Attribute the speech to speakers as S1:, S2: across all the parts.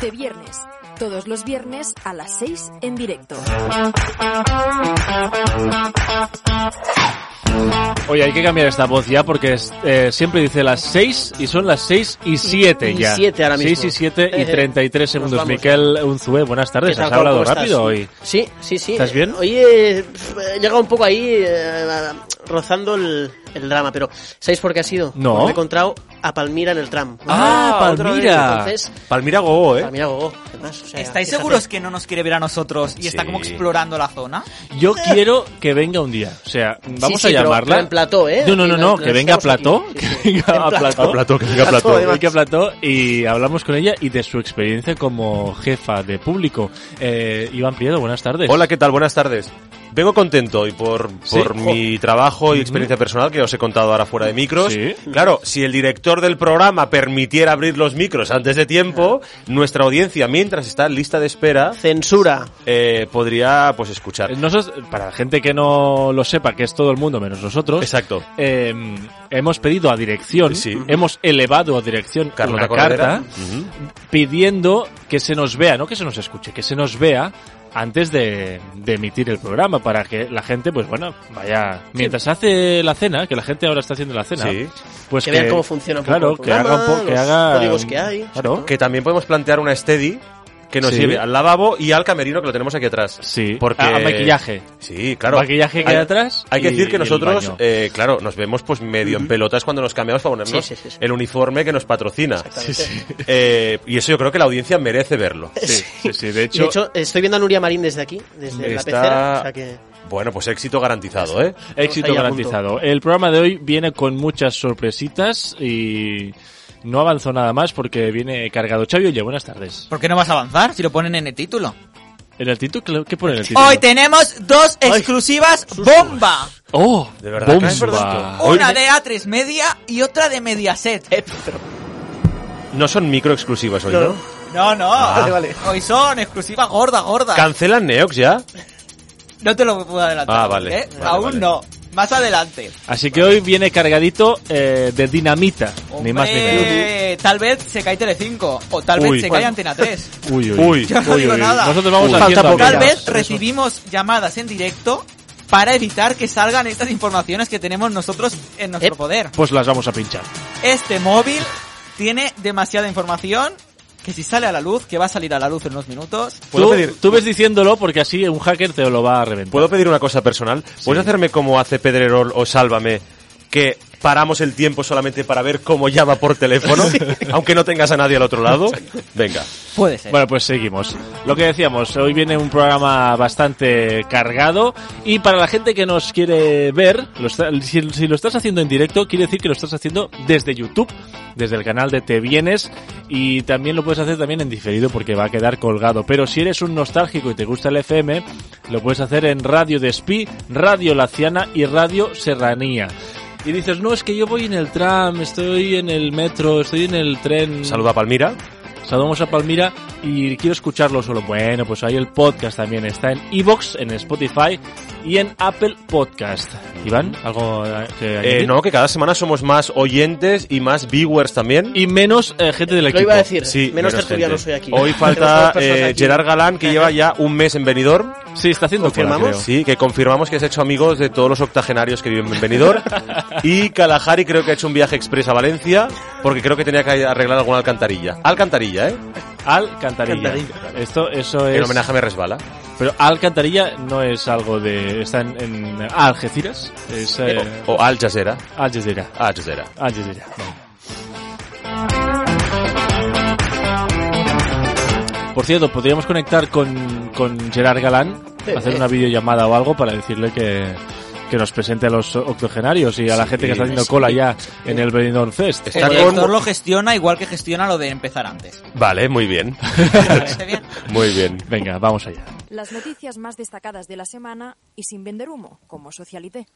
S1: De viernes. Todos los viernes a las 6 en directo.
S2: Oye, hay que cambiar esta voz ya porque es, eh, siempre dice las 6 y son las 6 y 7
S3: y
S2: ya.
S3: siete ahora mismo.
S2: 6 y 7 y
S3: Eh,
S2: 33 segundos.
S3: vamos.
S2: Miquel Unzue, buenas
S3: ¿Qué
S2: tardes.
S3: tal,
S2: Has
S3: Juan?
S2: hablado
S3: ¿Cómo estás?
S2: rápido hoy.
S3: Sí, sí, sí.
S2: ¿Estás bien?
S3: Hoy eh, pf, he llegado un poco ahí eh, rozando el, el drama, pero ¿sabéis por qué ha sido?
S2: No.
S3: Porque me he encontrado a Palmira en el tram.
S2: Ah,
S3: otra vez,
S2: Palmira.
S3: entonces,
S2: Palmira Gogo, eh.
S3: Palmira Gogó, además, o sea,
S4: ¿Estáis
S3: fíjate.
S4: seguros que no nos quiere ver a nosotros y está como
S2: Sí.
S4: explorando la zona?
S2: Yo quiero que venga un día. O sea, vamos
S3: sí,
S2: a
S3: pero-
S2: llamarla.
S3: pero en plató, ¿eh?
S2: No, no, no,
S3: Aquí,
S2: no,
S3: la-
S2: que venga a
S3: estamos
S2: plató.
S3: aquí, sí,
S2: Que
S3: sí. En
S2: venga a
S3: plató.
S2: plató.
S5: Plató, que diga
S3: Plató,
S5: plató.
S3: además.
S2: Enrique Plató y hablamos con ella y de su experiencia como jefa de público. Eh, Iván Prieto, buenas tardes.
S5: Hola, ¿qué tal? Buenas tardes. Vengo contento y por,
S2: Sí.
S5: por mi trabajo y experiencia personal que os he contado ahora fuera de micros.
S2: Sí.
S5: Claro, si el director del programa permitiera abrir los micros antes de tiempo,
S2: Ah.
S5: nuestra audiencia, mientras está en lista de espera,
S3: Censura.
S5: eh, podría pues escuchar.
S2: Eh, Nosotros, para la gente que no lo sepa, que es todo el mundo menos nosotros,
S5: Exacto.
S2: eh, hemos pedido a dirección,
S5: Sí.
S2: hemos elevado a dirección
S5: Carlota
S2: una
S5: Corredera.
S2: carta
S5: Ujú.
S2: pidiendo que se nos vea, no que se nos escuche, que se nos vea antes de, de emitir el programa para que la gente, pues bueno, vaya mientras hace la cena, que la gente ahora está haciendo la cena,
S5: Sí.
S2: pues
S3: Que vean cómo funciona un poco
S2: claro,
S3: el
S2: que haga un
S3: programa,
S2: poco, que
S3: los
S2: haga,
S3: códigos que hay,
S2: claro,
S5: Que también podemos plantear una steady que nos
S2: Ah. Sí.
S5: lleve al lavabo y al camerino que lo tenemos aquí atrás.
S2: sí,
S5: Porque...
S2: a, a maquillaje,
S5: Sí, claro.
S2: maquillaje que
S5: Hay-
S2: hay atrás,
S5: Hay que
S2: y-
S5: decir que
S2: y el
S5: nosotros,
S2: baño.
S5: eh, claro, nos vemos pues medio en pelotas cuando nos cambiamos para ponernos
S3: Sí, sí, sí, sí.
S5: el uniforme que nos patrocina.
S3: Exactamente.
S5: Eh, y eso yo creo que la audiencia merece verlo.
S2: sí, sí, sí, de
S3: Y de hecho, estoy viendo a Nuria Marín desde aquí, desde
S5: Está-
S3: la pecera. O sea que...
S5: Bueno, pues éxito garantizado, ¿eh?
S2: Éxito
S3: Ahí a
S2: garantizado. El programa de hoy viene con muchas sorpresitas y no avanzó nada más porque viene cargado. Xavi, oye, buenas tardes.
S4: ¿Por qué no vas a avanzar si lo ponen en el título?
S2: ¿En el título? ¿Qué pone en el título?
S4: Hoy tenemos dos exclusivas bomba.
S2: ¡Oh!
S5: De verdad,
S2: bomba.
S5: ¿es verdad? Hoy
S4: Una
S5: me-
S4: de A3 Media y otra de Mediaset.
S3: Eh, pero-
S5: No son micro exclusivas hoy,
S3: No,
S5: ¿no?
S3: no.
S4: No, no.
S3: Vale, vale.
S4: Hoy son exclusivas gorda, gorda.
S5: ¿Cancelan Neox ya?
S4: no te lo puedo adelantar.
S5: Ah, vale,
S4: ¿eh?
S5: vale,
S4: Aún
S5: vale.
S4: no. Más adelante.
S2: Así que hoy viene cargadito eh, de dinamita. ni más ni menos.
S4: Hombre, Tal vez se cae Tele5 o tal vez
S2: Uy.
S4: se
S2: Bueno.
S4: cae Antena 3.
S2: Uy, uy.
S5: Uy.
S4: Yo no digo nada.
S2: Nosotros vamos
S3: Uy.
S2: haciendo
S3: Falta poco.
S4: Tal
S2: amigas.
S4: vez recibimos llamadas en directo para evitar que salgan estas informaciones que tenemos nosotros en nuestro
S3: Ep.
S4: poder.
S2: Pues las vamos a pinchar.
S4: Este móvil tiene demasiada información que si sale a la luz, que va a salir a la luz en unos minutos.
S5: ¿Puedo
S2: tú,
S5: pedir-
S2: tú ves diciéndolo porque así un hacker te lo va a reventar.
S5: ¿Puedo pedir una cosa personal? ¿Puedes hacerme como hace Pedrerol o Sálvame, que paramos el tiempo solamente para ver cómo llama por teléfono, aunque no tengas a nadie al otro lado? Venga.
S4: Puede ser.
S2: Bueno, pues seguimos. Lo que decíamos, hoy viene un programa bastante cargado y para la gente que nos quiere ver, lo está- si, si lo estás haciendo en directo, quiere decir que lo estás haciendo desde YouTube, desde el canal de Te Vienes y también lo puedes hacer también en diferido porque va a quedar colgado. Pero si eres un nostálgico y te gusta el FM, lo puedes hacer en Radio Despí, Radio Laciana y Radio Serranía. Y dices, no, es que yo voy en el tram, estoy en el metro, estoy en el tren.
S5: Saluda a Palmira.
S2: Saludamos a Palmira y quiero escucharlo solo. Bueno, pues ahí el podcast también está en Evox, en Spotify y en Apple Podcast. Iván, ¿algo eh, que
S5: Eh,
S2: añadir?
S5: no, que cada semana somos más oyentes y más viewers también.
S2: Y menos eh, gente del
S3: Lo
S2: equipo.
S3: iba a decir.
S5: Sí,
S3: menos
S5: menos
S3: tertuliano
S5: gente.
S3: soy aquí.
S5: Hoy
S3: Tenemos
S5: falta
S3: más personas
S5: eh,
S3: aquí.
S5: Gerard Galán, que lleva ya un mes en Benidorm.
S2: Sí, está haciendo cola,
S3: ¿Confirmamos?
S2: creo.
S5: Sí, que confirmamos que se ha hecho amigos de todos los octogenarios que viven en Benidorm. y Kalahari creo que ha hecho un viaje express a Valencia, porque creo que tenía que arreglar alguna alcantarilla. Alcantarilla, ¿eh?
S2: Al Cantarilla.
S3: Cantarilla.
S2: Esto, eso
S5: El
S2: es...
S5: homenaje me resbala.
S2: Pero Al Cantarilla no es algo de... Está en, en Algeciras. Es eh,
S5: O Al Jazeera. Ah,
S2: Al Jazeera.
S5: Al Jazeera.
S2: Al Jazeera. Vale. Por cierto, podríamos conectar con, con Gerard Galán,
S3: Sí,
S2: hacer
S3: sí.
S2: una videollamada o algo para decirle que, que nos presente a los octogenarios y a la
S5: Sí,
S2: gente que está haciendo
S5: sí.
S2: cola ya en el Benidorm Fest.
S5: Está
S4: el director
S5: con-
S4: lo gestiona igual que gestiona lo de empezar antes.
S5: Vale, muy bien.
S4: ¿Te parece bien?
S5: Muy bien.
S2: Venga, vamos allá.
S1: Las noticias más destacadas de la semana y sin vender humo, como Socialité.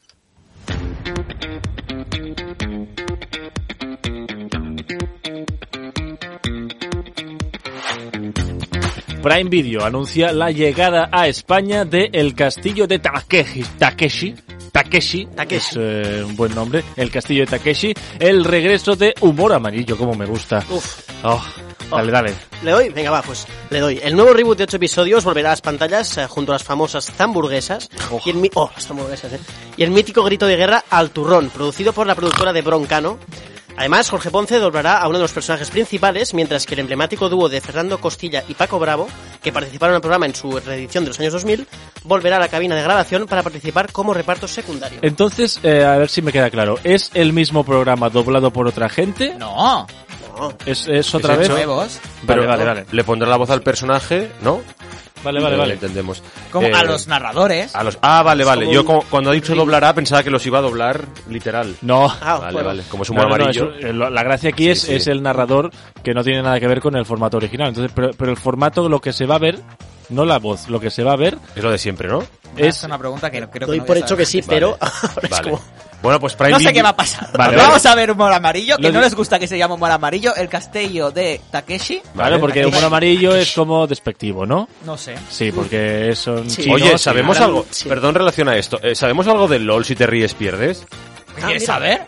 S2: Prime Video anuncia la llegada a España de El Castillo de Takeshi. Takeshi. Takeshi,
S3: Takeshi.
S2: es eh, un buen nombre, El Castillo de Takeshi, el regreso de Humor Amarillo, como me gusta.
S3: Uf.
S2: Oh, dale, dale.
S3: ¿Le doy? Venga, va, pues le doy. El nuevo reboot de 8 episodios volverá a las pantallas eh, junto a las famosas zamburguesas y el, mi- oh, las zamburguesas, eh. y el mítico grito de guerra al turrón, producido por la productora de Broncano. Además, Jorge Ponce doblará a uno de los personajes principales, mientras que el emblemático dúo de Fernando Costilla y Paco Bravo, que participaron en el programa en su reedición de los años 2000, volverá a la cabina de grabación para participar como reparto secundario.
S2: Entonces, eh, a ver si me queda claro, ¿es el mismo programa doblado por otra gente?
S4: No,
S3: No.
S2: ¿Es, es otra
S5: ¿Es
S2: vez?
S5: hecho?
S4: nuevos.
S2: Vale, vale, vale.
S5: Le pondrá la voz al personaje, ¿no?
S2: Vale, vale,
S5: Eh,
S2: vale.
S5: Entendemos.
S4: Como
S5: Eh,
S4: a los narradores.
S5: a los- Ah, vale, vale.
S3: como
S5: Yo
S3: un
S5: como- cuando ha dicho doblará pensaba que los iba a doblar literal.
S2: No.
S3: Ah,
S5: vale,
S3: bueno.
S5: vale. Como es un
S2: No, no, no,
S5: amarillo.
S2: es- eh, lo- la gracia aquí
S5: Sí,
S2: es,
S5: sí.
S2: es el narrador que no tiene nada que ver con el formato original. Entonces, pero, pero el formato, lo que se va a ver, no la voz, lo que se va a ver
S5: Es lo de siempre, ¿no?
S4: Es
S2: es
S4: una pregunta que creo que
S3: Doy
S4: no
S3: por
S4: voy a
S3: hecho que
S4: saber.
S3: sí, pero ahora es
S5: Vale.
S3: como-
S5: Bueno, pues Prime
S4: No sé
S5: Video-
S4: qué va a pasar.
S2: Vale,
S4: Vamos a ver humor amarillo, que
S2: Lo
S4: no
S2: di-
S4: les gusta que se llame humor amarillo. El castillo de Takeshi.
S2: Claro, porque humor amarillo es como despectivo, ¿no?
S4: No sé.
S2: Sí, porque son
S3: Sí.
S2: chinos.
S5: Oye, ¿sabemos
S3: hablan-
S5: algo?
S3: sí.
S5: Perdón, relaciona esto. Eh, ¿Sabemos algo del LOL si te ríes pierdes? Pues
S4: ¿Quieres
S3: mira.
S4: saber?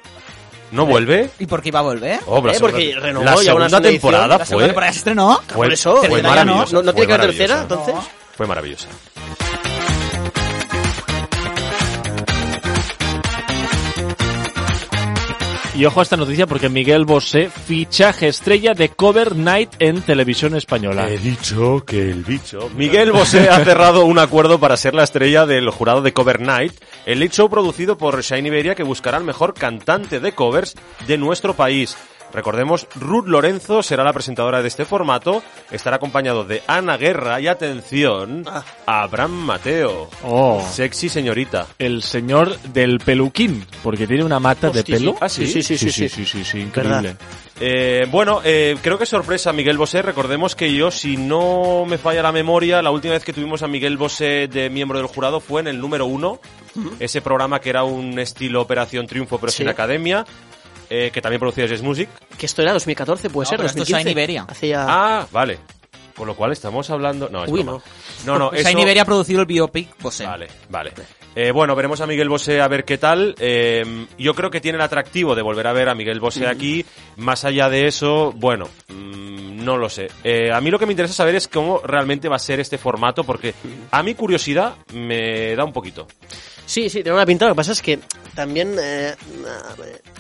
S5: ¿No vuelve?
S4: Ah, ¿Y por qué iba a volver?
S5: Oh, pues. la
S3: Eh,
S5: segunda-
S3: porque renovó
S5: la
S3: ya una
S5: segunda
S3: segunda
S5: temporada
S3: edición,
S4: ¿La segunda
S5: fue,
S4: temporada se estrenó?
S5: fue,
S3: Por eso,
S5: fue
S4: pues
S3: tercera ya no.
S5: maravillosa.
S3: ¿No- no tiene
S5: fue
S3: que haber tercera,
S5: maravillosa.
S3: entonces?
S4: No.
S5: Fue maravillosa.
S2: Y ojo a esta noticia porque Miguel Bosé fichaje estrella de Cover Night en televisión española.
S5: He dicho que el bicho. Miguel Bosé ha cerrado un acuerdo para ser la estrella del jurado de Cover Night, el late show producido por Shine Iberia que buscará al mejor cantante de covers de nuestro país. Recordemos, Ruth Lorenzo será la presentadora de este formato, estará acompañado de Ana Guerra y atención, Abraham Mateo.
S2: Oh,
S5: Sexy señorita.
S2: el señor del peluquín, porque tiene una mata de
S3: Hostia, sí.
S2: pelo.
S5: Ah, sí, sí,
S2: sí, sí, sí, sí, sí, increíble.
S3: Verdad.
S5: Eh, bueno, eh, creo que sorpresa Miguel Bosé. Recordemos que yo, si no me falla la memoria, la última vez que tuvimos a Miguel Bosé de miembro del jurado fue en el número uno, ese programa que era un estilo Operación Triunfo pero
S3: Sí.
S5: sin academia, eh, que también producía Jazz Music.
S3: Que esto era 2014, puede
S4: No,
S3: ser,
S4: pero esto es
S3: 2015.
S4: en Iberia.
S3: Hacía...
S5: Ah, vale. Con lo cual estamos hablando. No, es
S3: Uy,
S5: broma. no, no.
S4: Shine
S5: eso-
S4: Iberia ha producido el biopic pues, Bosé.
S5: Vale, vale. Eh, bueno, veremos a Miguel Bosé a ver qué tal. Eh, yo creo que tiene el atractivo de volver a ver a Miguel Bosé aquí. Más allá de eso, bueno, mm, no lo sé. Eh, a mí lo que me interesa saber es cómo realmente va a ser este formato, porque a mi curiosidad me da un poquito.
S3: Sí, sí, tiene una pinta. Lo que pasa es que también eh,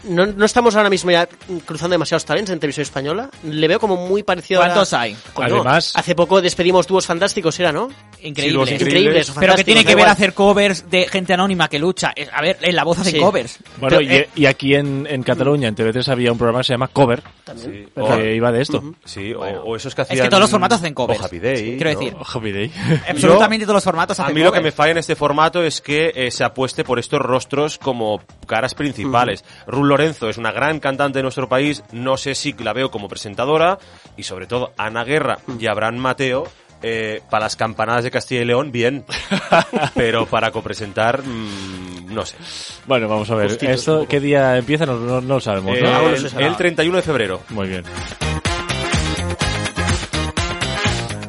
S3: no, no estamos ahora mismo ya cruzando demasiados talentos en televisión española. Le veo como muy parecido a...
S4: ¿Cuántos hay?
S3: Coño,
S2: Además-
S3: Hace poco despedimos dúos fantásticos, ¿era, ¿no?
S4: Increíble.
S5: Sí, los
S3: Increíbles,
S5: Increíbles,
S3: o
S4: Pero que
S3: fantásticos,
S4: tiene
S3: da
S4: que ver
S3: igual.
S4: hacer covers de gente anónima que lucha. Es- A ver, en la voz hacen
S3: Sí.
S4: covers.
S2: Bueno,
S3: Pero,
S2: y,
S3: eh,
S2: y aquí en, en Cataluña, en TV3, había un programa que se llama Cover,
S5: Sí,
S2: que
S5: o,
S2: iba de esto.
S5: sí, o-
S4: Bueno.
S5: o esos que
S4: Es que
S5: hacían.
S4: todos los formatos hacen covers.
S5: o Happy Day,
S4: Sí, quiero
S5: ¿no?
S4: decir.
S2: Ojo, Videy.
S4: Absolutamente todos los formatos
S5: A
S4: hacen
S5: mí lo que me
S4: covers.
S5: falla en este formato es que eh, se apueste por estos rostros como caras principales. Ruth Lorenzo es una gran cantante de nuestro país, no sé si la veo como presentadora, y sobre todo Ana Guerra y Abraham Mateo, eh, para las campanadas de Castilla y León, bien, pero para copresentar, mm, no sé.
S2: Bueno, vamos a ver.
S3: Justitos un
S2: ¿Esto
S3: poco.
S2: qué día empieza? No, no, no lo sabemos, ¿no?
S5: pues, Eh,
S3: aún no se
S5: el,
S3: sabe.
S5: el 31 de febrero.
S2: Muy bien.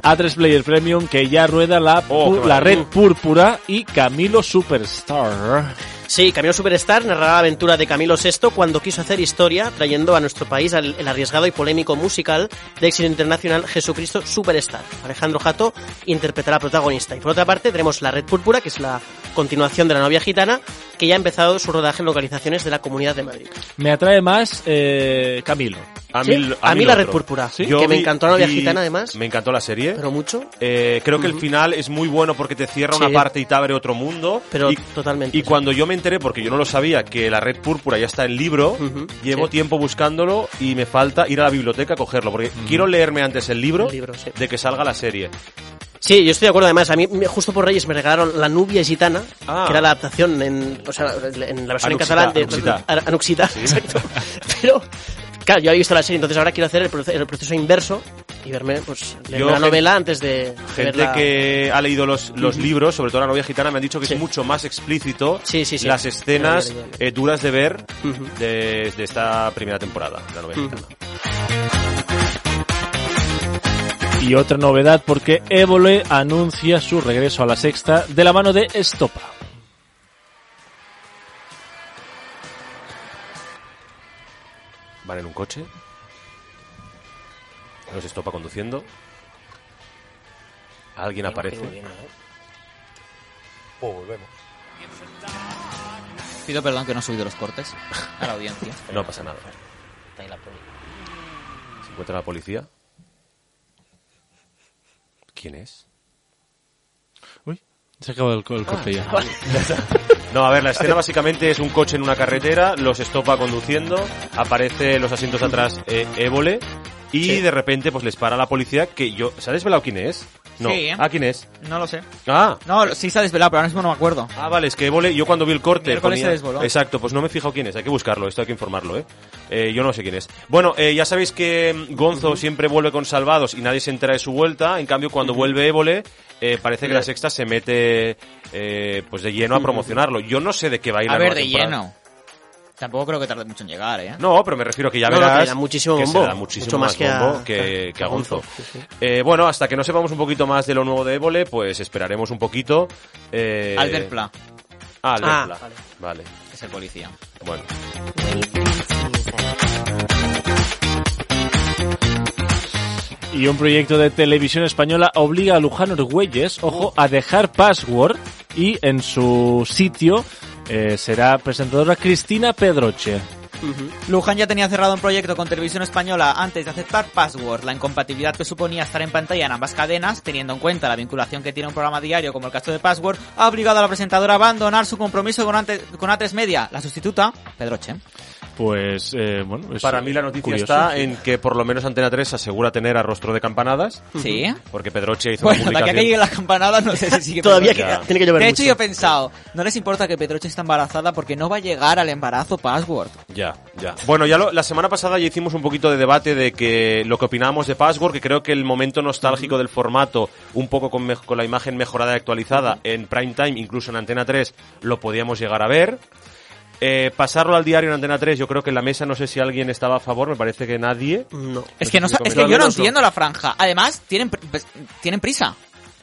S2: A3 Player Premium que ya rueda la,
S5: Oh,
S2: pu-
S5: qué
S2: la
S5: maravilla.
S2: red púrpura y Camilo Superstar.
S3: Sí, Camilo Superstar narrará la aventura de Camilo VI cuando quiso hacer historia, trayendo a nuestro país al- el arriesgado y polémico musical de éxito internacional Jesucristo Superstar. Alejandro Jato interpretará al protagonista. Y por otra parte tenemos La Red Púrpura, que es la continuación de La novia gitana, que ya ha empezado su rodaje en localizaciones de la Comunidad de Madrid.
S2: Me atrae más eh, Camilo.
S5: A
S3: Sí,
S5: l-
S3: a mí
S5: lo
S3: la
S5: otro.
S3: Red Púrpura,
S5: Sí.
S3: que
S5: Yo
S3: me
S5: vi-
S3: encantó la novia
S5: vi-
S3: gitana además,
S5: Me encantó la serie.
S3: pero mucho.
S5: Eh, creo que el final es muy bueno porque te cierra una
S3: Sí.
S5: parte y te abre otro mundo.
S3: Pero
S5: y,
S3: totalmente,
S5: Y
S3: sí.
S5: cuando yo me enteré, porque yo no lo sabía, que la red púrpura ya está en libro,
S3: Ujú,
S5: llevo
S3: sí.
S5: tiempo buscándolo y me falta ir a la biblioteca a cogerlo. Porque quiero leerme antes el libro,
S3: El libro, sí.
S5: de que salga la serie.
S3: Sí, yo estoy de acuerdo. Además, a mí me- justo por Reyes me regalaron La Nubia Gitana,
S5: Ah.
S3: que era la adaptación en, o sea, en la versión en
S5: Anuxita,
S3: catalán de
S5: Anuxita.
S3: Ar- Anuxita, exacto. Pero, claro, yo había visto la serie, entonces ahora quiero hacer el proce- el proceso, inverso y verme pues, leerme
S5: Yo,
S3: la
S5: gente-
S3: novela antes de, de
S5: Gente
S3: verla.
S5: que ha leído los, los libros, sobre todo la novia gitana, me han dicho que
S3: Sí.
S5: es mucho más explícito
S3: Sí, sí, sí.
S5: las escenas
S3: Ya, ya, ya.
S5: eh, duras de ver
S3: Ujú.
S5: de, de esta primera temporada de la novia
S3: Ujú.
S5: gitana.
S2: Y otra novedad porque Évole anuncia su regreso a la sexta de la mano de Estopa.
S5: Van en un coche. Los estopa conduciendo. Alguien aparece.
S4: Pido perdón que no he subido los cortes a la audiencia.
S5: No pasa nada. Se encuentra la policía. ¿Quién es?
S2: Uy, se acabó el, el corte ya.
S5: No, a ver, la escena básicamente es un coche en una carretera, los estopa conduciendo, aparece en los asientos de atrás eh, Évole y de repente pues les para la policía que yo... ¿Se ha desvelado quién es? No.
S4: Sí.
S5: ¿Ah, quién es?
S4: No lo sé.
S5: Ah.
S4: No, lo- sí se ha desvelado, pero ahora mismo no me acuerdo.
S5: Ah, vale, es que Évole, yo cuando vi el corte...
S4: Miércoles se desvoló.
S5: Exacto, pues no me he fijado quién es, hay que buscarlo, esto hay que informarlo, ¿eh? Eh, yo no sé quién es. Bueno, eh, ya sabéis que mm, Gonzo siempre vuelve con salvados y nadie se entera de su vuelta, en cambio cuando vuelve Évole... eh, parece que la sexta se mete eh, pues de lleno a promocionarlo. Yo no sé de qué va a ir
S4: A
S5: la
S4: ver,
S5: nueva
S4: de
S5: temporada.
S4: lleno. Tampoco creo que tarde mucho en llegar, ¿eh?
S5: No, pero me refiero que ya
S3: No, no,
S5: verás
S3: que le da muchísimo
S5: que se
S3: bombo.
S5: le da muchísimo
S3: Mucho
S5: más,
S3: más que a-
S5: bombo que,
S3: claro,
S5: que a
S3: a Gonzo.
S5: Gonzo.
S3: Sí, sí.
S5: Eh, bueno, hasta que no sepamos un poquito más de lo nuevo de Évole, pues esperaremos un poquito. Eh...
S4: Albert Pla
S5: Ah, Albert
S3: Ah,
S5: Pla.
S3: vale.
S5: Vale.
S4: es el policía.
S5: Bueno.
S2: Y un proyecto de televisión española obliga a Luján Orgüelles, ojo, a dejar password y en su sitio eh, será presentadora Cristina Pedroche.
S4: Luján ya tenía cerrado un proyecto con Televisión Española antes de aceptar Password, la incompatibilidad que suponía estar en pantalla en ambas cadenas, teniendo en cuenta la vinculación que tiene un programa diario como el caso de Password, ha obligado a la presentadora a abandonar su compromiso con, ante- con A3 Media, la sustituta, Pedroche.
S2: Pues, eh, bueno, es
S5: Para mí la noticia
S2: curioso.
S5: está en que por lo menos Antena 3 asegura tener a rostro de campanadas,
S4: Sí.
S5: porque Pedroche hizo
S4: Bueno,
S5: una
S4: de aquí a
S5: publicación.
S4: que lleguen las campanadas no sé si sigue
S3: Todavía
S4: Pedroche.
S3: queda- tiene que llover
S4: De hecho,
S3: mucho.
S4: yo he pensado, no les importa que Pedroche está embarazada porque no va a llegar al embarazo Password.
S5: Ya, ya. Bueno, ya lo- la semana pasada ya hicimos un poquito de debate de que lo que opinábamos de Password, que creo que el momento nostálgico del formato, un poco con, mej- con la imagen mejorada y actualizada en prime time, incluso en Antena 3, lo podíamos llegar a ver. Eh, pasarlo al diario en Antena 3, yo creo que en la mesa no sé si alguien estaba a favor, me parece que nadie.
S3: No.
S4: Es que, no,
S5: Sí,
S4: sa-
S5: Pues sí,
S4: es
S5: sí,
S4: que yo no
S5: sí.
S4: entiendo la franja. Además, tienen, pr- pues, tienen prisa.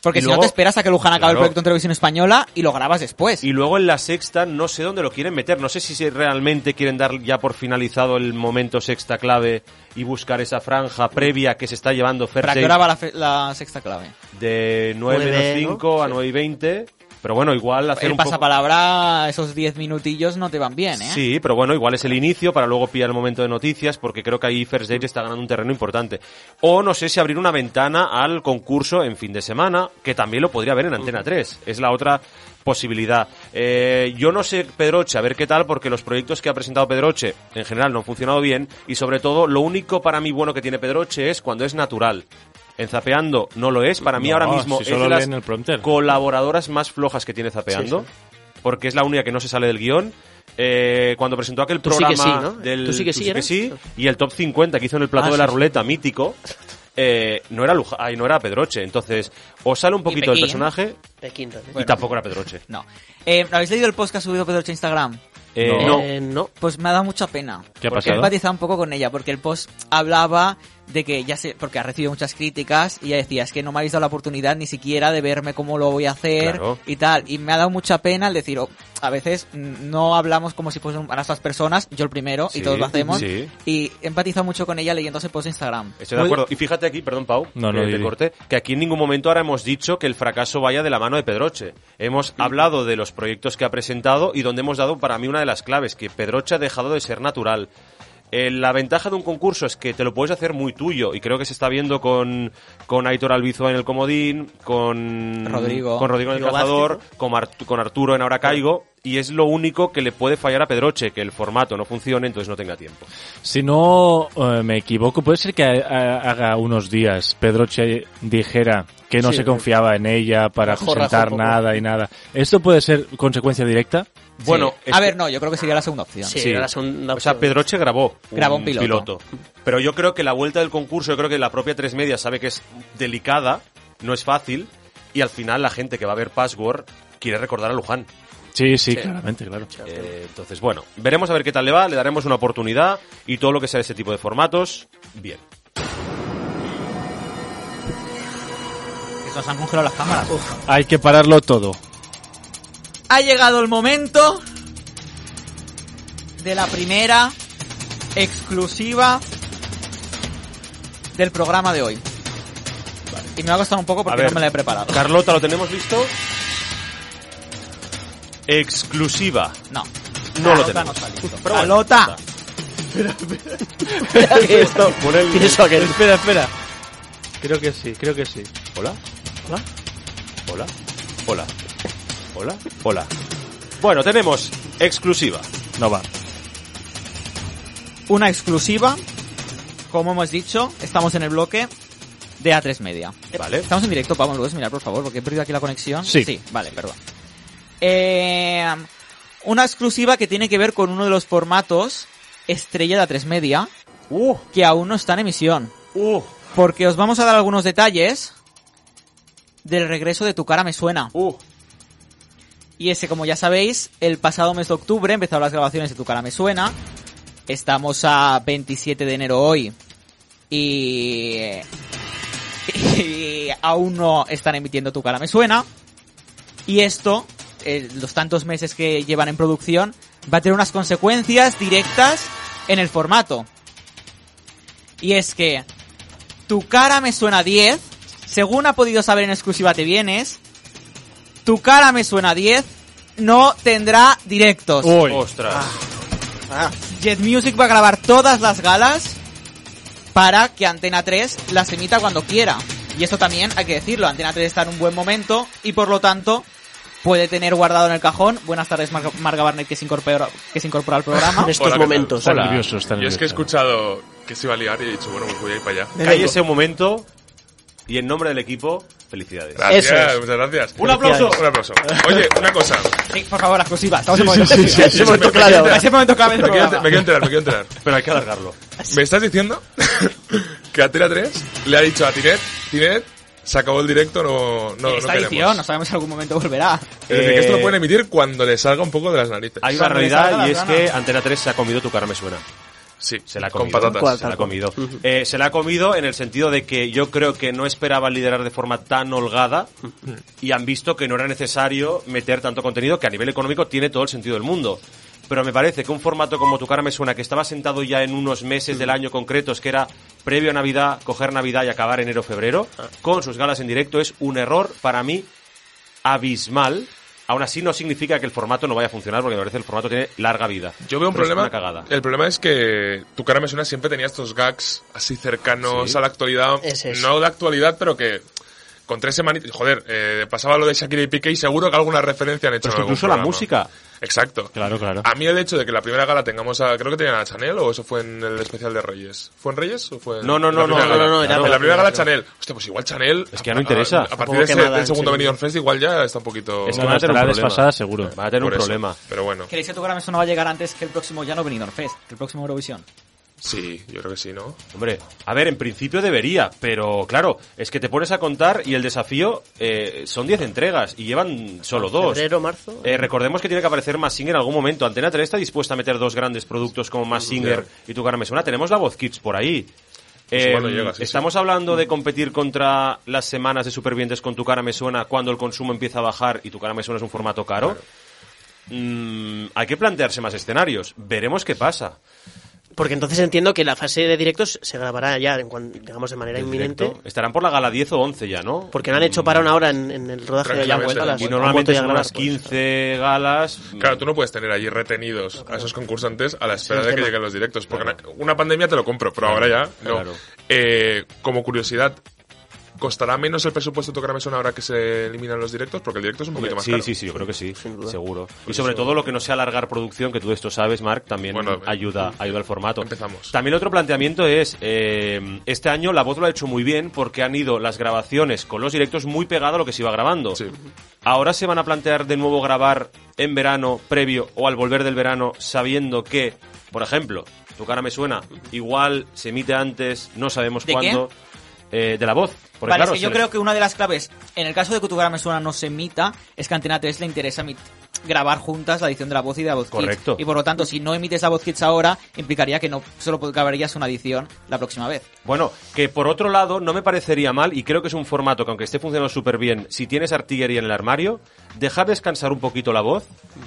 S4: Porque
S5: Y
S4: si
S5: luego-
S4: no te esperas a que Luján acabe el
S5: Claro.
S4: proyecto en televisión española y lo grabas después.
S5: Y luego en la sexta no sé dónde lo quieren meter, no sé si se- realmente quieren dar ya por finalizado el momento sexta clave y buscar esa franja previa que se está llevando Fer
S4: ¿Para qué
S5: James
S4: hora va la, fe- la sexta clave?
S5: de 9 menos
S3: Nueve,
S5: 5
S3: ¿no?
S5: a 9 y 20. Pero bueno, igual hacer
S4: El
S5: un poco...
S4: pasapalabra, esos 10 minutillos no te van bien, ¿eh?
S5: Sí, pero bueno, igual es el inicio para luego pillar el momento de noticias, porque creo que ahí First Date está ganando un terreno importante. O no sé si abrir una ventana al concurso en fin de semana, que también lo podría ver en Antena 3. Es la otra posibilidad. Eh, yo no sé, Pedroche, a ver qué tal, porque los proyectos que ha presentado Pedroche en general no han funcionado bien, y sobre todo, lo único para mí bueno que tiene Pedroche es cuando es natural. En Zapeando no lo es, para mí
S2: No,
S5: ahora mismo
S2: si
S5: es
S2: solo
S5: de las
S2: leen el prompter.
S5: colaboradoras más flojas que tiene Zapeando, porque es la única que no se sale del guión. Eh, cuando presentó aquel
S3: Tú sí
S5: programa
S3: que sí, ¿no?
S5: del
S3: Tú sí que sí, ¿era?
S5: y el top 50 que hizo en el plato
S3: Ah,
S5: de la
S3: sí, sí.
S5: ruleta mítico, eh, no era Luja, ay, no era Pedroche. Entonces, o sale un poquito el
S4: Pekín.
S5: personaje
S3: Pekín también.
S5: y tampoco era Pedroche.
S4: No. Eh, ¿Habéis leído el post que ha subido Pedroche a Instagram?
S5: Eh,
S2: No.
S5: no.
S3: Eh, no.
S4: Pues me ha dado mucha pena.
S2: ¿Qué ha
S4: Porque
S2: pasado?
S4: He empatizado un poco con ella, porque el post hablaba de que ya sé, porque ha recibido muchas críticas y ella decía, es que no me habéis dado la oportunidad ni siquiera de verme cómo lo voy a hacer
S5: Claro.
S4: y tal. Y me ha dado mucha pena el decir, oh, a veces mm, no hablamos como si fueran a estas personas, yo el primero,
S5: Sí,
S4: y todos lo hacemos.
S5: sí.
S4: Y he empatizado mucho con ella leyendo ese post de Instagram.
S5: Estoy de acuerdo. Pues, Y fíjate aquí, perdón, Pau,
S2: No,
S5: que
S2: no,
S5: te
S2: di.
S5: corte, que aquí en ningún momento ahora hemos dicho que el fracaso vaya de la mano de Pedroche. Hemos hablado de los proyectos que ha presentado y donde hemos dado para mí una de las claves, que Pedroche ha dejado de ser natural. Eh, la ventaja de un concurso es que te lo puedes hacer muy tuyo y creo que se está viendo con, con Aitor Albizoa en el Comodín, con
S4: Rodrigo.
S5: con Rodrigo en el
S3: Rodrigo
S5: Cazador,
S3: Vázquez,
S5: con, Artu- con Arturo en Ahora Caigo y es lo único que le puede fallar a Pedroche, que el formato no funcione, entonces no tenga tiempo.
S2: Si no eh, me equivoco, puede ser que ha- ha- haga unos días Pedroche dijera que no
S3: Sí,
S2: se
S3: sí.
S2: confiaba en ella para
S3: Rajó,
S2: presentar
S3: rajó un poco.
S2: nada y nada. ¿Esto puede ser consecuencia directa?
S5: Bueno,
S4: Sí.
S5: es
S4: a
S5: que-
S4: ver, no, yo creo que sería la segunda opción.
S3: Sí,
S5: Sí.
S3: era la segunda
S5: O sea,
S3: opción.
S5: Pedroche grabó.
S4: Grabó un piloto.
S5: Pero yo creo que la vuelta del concurso, yo creo que la propia Tres Medias sabe que es delicada, no es fácil, y al final la gente que va a ver Password quiere recordar a Luján.
S2: Sí, sí, claramente, claro.
S5: Eh, entonces, bueno, veremos a ver qué tal le va, le daremos una oportunidad y todo lo que sea de ese tipo de formatos, bien.
S4: Que nos han congelado las cámaras.
S2: Hay que pararlo todo.
S4: Ha llegado el momento de la primera exclusiva del programa de hoy. Y me ha costado un poco porque
S5: A ver.
S4: no me la he preparado.
S5: Carlota, ¿lo tenemos listo? Exclusiva.
S4: No.
S5: No
S4: Carlota
S5: lo tenemos.
S4: no está listo.
S5: Pero bueno,
S4: Carlota,
S3: esto.
S5: Pon el-
S3: Pienso que
S2: Espera, espera. Creo que sí, creo que sí.
S5: Hola. Hola. Hola. Hola. Hola. Hola. Bueno, tenemos exclusiva.
S2: No va.
S4: una exclusiva. Como hemos dicho, estamos en el bloque de A3 Media.
S5: Vale.
S4: Estamos en directo, Pablo, ¿lo puedes mirar, por favor? Porque he perdido aquí la conexión.
S2: Sí.
S4: vale, perdón. Eh, una exclusiva que tiene que ver con uno de los formatos estrella de A3 Media
S5: Uh,
S4: que aún no está en emisión.
S5: uh,
S4: Porque os vamos a dar algunos detalles del regreso de Tu Cara Me Suena.
S5: uh.
S4: Y ese, como ya sabéis, el pasado mes de octubre empezaron las grabaciones de Tu cara me suena. Estamos a 27 de enero hoy. Y... y aún no están emitiendo Tu cara me suena. Y esto, eh, los tantos meses que llevan en producción, va a tener unas consecuencias directas en el formato. Y es que Tu cara me suena 10, según ha podido saber en exclusiva Te Vienes, tu cara me suena 10, no tendrá directos.
S2: Uy.
S5: Ostras.
S3: Ah,
S4: Jet Music va a grabar todas las galas para que Antena 3 las emita cuando quiera. Y esto también hay que decirlo, Antena 3 está en un buen momento y por lo tanto puede tener guardado en el cajón. Buenas tardes Mar- Marga Barnett que se incorpora, que se incorpora al
S5: Ah,
S4: programa.
S3: en estos
S6: Hola, ¿qué tal?
S3: momentos.
S2: Está nervioso, está
S6: Yo es
S2: nervioso.
S6: que he escuchado que se iba a liar y he dicho, bueno, pues voy a ir para allá.
S5: Cállese un momento y en nombre del equipo, felicidades.
S6: Gracias,
S3: Eso es.
S6: muchas gracias.
S5: Un aplauso.
S6: Un aplauso. Oye, una cosa.
S4: Sí, por favor, la exclusiva. Estamos en momento.
S3: Ese momento
S6: me- me
S3: claro.
S6: queda-
S4: Ese momento clave del
S6: Me quiero, me
S4: programa.
S6: quiero enterar, me quiero enterar.
S5: Pero hay que alargarlo.
S6: ¿Me estás diciendo que a Tela 3 le ha dicho a Tinet, Tinet, se acabó el directo, no, no, no
S4: Esta
S6: queremos?
S4: edición, no sabemos si algún momento volverá.
S6: Es decir, que esto
S5: Eh,
S6: lo pueden emitir cuando le salga un poco de las narices.
S5: Hay una
S4: Cuando le salga
S5: realidad
S4: la
S5: y es
S4: gana.
S5: que Antena 3 se ha comido tu cara me suena.
S6: Sí,
S5: Se la ha
S6: con
S5: comido.
S6: patatas.
S5: Se la ha comido. Eh, se la ha comido en el sentido de que yo creo que no esperaba liderar de forma tan holgada y han visto que no era necesario meter tanto contenido que a nivel económico tiene todo el sentido del mundo. Pero me parece que un formato como Tu cara me suena, que estaba sentado ya en unos meses del año concretos, que era previo a Navidad, coger Navidad y acabar enero-febrero,
S6: Ah.
S5: con sus galas en directo, es un error para mí abismal. Aún así no significa que el formato no vaya a funcionar, porque me parece que el formato tiene larga vida.
S6: Yo veo un
S5: Pero es
S6: problema.
S5: Una cagada.
S6: El problema es que tu cara me suena siempre tenía estos gags así cercanos
S5: Sí.
S6: a la actualidad.
S3: Ese es.
S6: No de actualidad, pero que con tres semanitas. Joder, eh, pasaba lo de Shakira y Piqué y seguro que alguna referencia han hecho.
S5: Pero es
S6: en
S5: que
S6: algún
S5: incluso la
S6: programa.
S5: música.
S6: Exacto.
S2: Claro, claro.
S6: A mí el hecho de que la primera gala tengamos a. Creo que tenían a Chanel o eso fue en el especial de Reyes. ¿Fue en Reyes o fue en.?
S5: No, no,
S6: en la
S5: no, no,
S6: primera
S5: no,
S6: gala?
S3: no, no, era
S6: En
S3: la
S6: la primera gala
S3: primera.
S6: Chanel. Hostia, pues igual Chanel.
S5: Es que ya no
S6: a- a-
S5: interesa.
S6: A
S3: Tampoco
S6: partir de ese-
S3: quemada,
S6: del segundo
S3: sí.
S6: Benidorm Fest igual ya está un poquito.
S5: Es que
S2: No,
S5: van a
S2: no,
S5: tener
S2: estará
S5: un problema.
S2: desfasada, seguro.
S5: Van a tener un
S6: Por eso.
S5: problema.
S6: Pero bueno.
S4: ¿Creéis que tu cara me suena va a llegar antes que el próximo ya no Benidorm Fest, que el próximo Eurovisión?
S6: Sí, yo creo que sí, ¿no?
S5: Hombre, a ver, en principio debería, pero claro, es que te pones a contar y el desafío eh, son 10 entregas y llevan solo dos.
S3: Febrero, marzo.
S5: Eh, recordemos que tiene que aparecer Massinger en algún momento. Antena 3 está dispuesta a meter dos grandes productos como Massinger y tu cara me suena. Tenemos la voz Kids por ahí.
S6: Pues
S5: Eh,
S6: igual no llega, sí, sí.
S5: estamos hablando de competir contra las semanas de supervivientes con tu cara me suena cuando el consumo empieza a bajar y tu cara me suena es un formato caro. Mm, hay que plantearse más escenarios. Veremos qué pasa.
S3: Porque entonces entiendo que la fase de directos se grabará ya, en cuan- digamos, de manera
S5: El
S3: inminente.
S5: directo. eh, Estarán por la gala 10 o 11 ya, ¿no?
S3: Porque no han hecho para una hora en, en el rodaje de la
S6: Tranquilamente.
S3: vuelta. a las-
S5: Y
S3: han vuelto
S5: normalmente
S3: ya a
S5: son
S3: grabar,
S5: unas
S3: pues.
S5: 15 galas.
S6: Claro, tú no puedes tener allí retenidos a esos concursantes a la espera
S3: es
S6: de que
S3: tema.
S6: lleguen los directos. Porque na- una pandemia te lo compro, pero ahora ya no.
S5: claro.
S6: Eh, como curiosidad, ¿costará menos el presupuesto tocar mesón ahora que se eliminan los directos? Porque el directo es un poquito más
S5: Sí,
S6: caro.
S5: sí, sí, yo creo que sí,
S3: Sin duda.
S5: seguro. Y sobre todo lo que no sea alargar producción, que tú esto sabes, Marc, también
S6: Bueno, eh,
S5: ayuda, ayuda al formato.
S6: empezamos.
S5: También otro planteamiento es, eh, este año La Voz lo ha hecho muy bien porque han ido las grabaciones con los directos muy pegado a lo que se iba grabando.
S6: Sí.
S5: Ahora se van a plantear de nuevo grabar en verano, previo o al volver del verano, sabiendo que, por ejemplo, tu cara me suena, igual se emite antes, no sabemos
S4: ¿De qué?
S5: cuándo, eh, de La Voz. Porque,
S4: Vale, es
S5: claro,
S4: que
S5: se
S4: yo
S5: les-
S4: creo que una de las claves, en el caso de que tu gran suena no se emita, es que a Antena 3 le interesa emit- grabar juntas la edición de la voz y de la voz Kids.
S5: Correcto.
S4: Y por lo tanto, si no emites la voz kids ahora, implicaría que no solo grabarías una edición la próxima vez.
S5: Bueno, que por otro lado no me parecería mal, y creo que es un formato que aunque esté funcionando súper bien, si tienes artillería en el armario, dejar descansar un poquito la voz,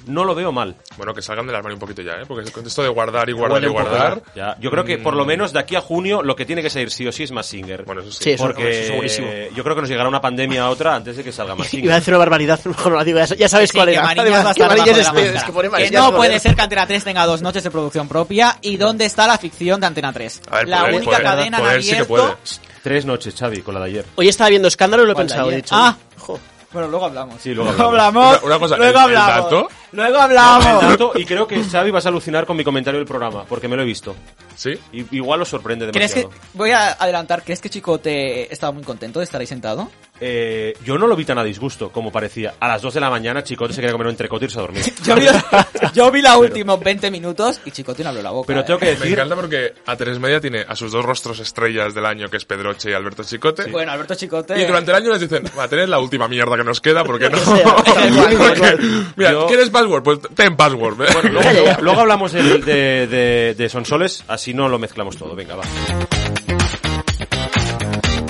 S5: no lo veo mal.
S6: Bueno, que salgan del armario un poquito ya, ¿eh? Porque con esto de guardar y guardar y guardar. Mm.
S5: Ya, Yo creo que por lo menos de aquí a junio lo que tiene que salir sí o sí es más Singer.
S6: Bueno, eso sí.
S3: Sí, eso-
S5: porque
S3: eso es segurísimo.
S5: yo creo que nos llegará una pandemia a otra antes de que salga
S3: Iba
S5: más
S3: a
S5: Singer.
S3: decir una barbaridad, mejor no la digo, ya, ya sabéis
S4: Sí,
S3: cuál
S4: que
S3: era.
S4: Mariñas
S3: Además,
S4: va a
S3: que
S4: estar bajo
S3: Mariñas
S4: de la
S3: es-
S4: máscara.
S3: es que pone
S4: Que
S3: Mariñas,
S4: no
S3: joder.
S4: puede ser que Antena 3 tenga dos noches de producción propia y dónde está la ficción de Antena 3.
S6: A ver,
S4: la
S6: poder-
S4: única
S6: poder-
S4: cadena en
S6: poder sí que puede.
S4: abierto.
S5: Tres noches, Xavi, con la de ayer.
S3: Hoy estaba viendo escándalo y lo he
S4: ¿Cuál de
S3: pensado, he
S4: ayer?
S3: dicho.
S4: Ah.
S3: jo.
S4: Bueno, luego hablamos.
S5: Sí, luego
S6: hablamos. Una- una cosa,
S4: luego
S6: ¿el- el
S4: hablamos.
S6: dato?
S4: Luego hablamos.
S5: El dato, y creo que Xavi vas a alucinar con mi comentario del programa, porque me lo he visto.
S6: ¿Sí?
S5: Y- igual os sorprende
S4: ¿Crees
S5: demasiado.
S4: que voy a adelantar? ¿Crees que Chicote estaba muy contento de estar ahí sentado?
S5: Eh, yo no lo vi tan a disgusto como parecía. A las 2 de la mañana Chicote se quería comer un entrecote y irse a dormir.
S4: Yo vi, yo vi los últimos 20 minutos y Chicote no abrió la boca.
S5: Pero tengo
S4: eh.
S5: que
S6: Me
S5: decir,
S6: encanta porque a tres media tiene a sus dos rostros estrellas del año, que es Pedroche y Alberto Chicote.
S4: Bueno, Alberto Chicote.
S6: Y durante el año les dicen, va, tenés la última mierda que nos queda, porque no.
S3: sea.
S6: Mira,
S5: Yo-
S6: ¿quieres password? Pues ten password.
S5: bueno, luego, luego- luego hablamos del- de, de- de Sonsoles, así no lo mezclamos todo. Venga, va.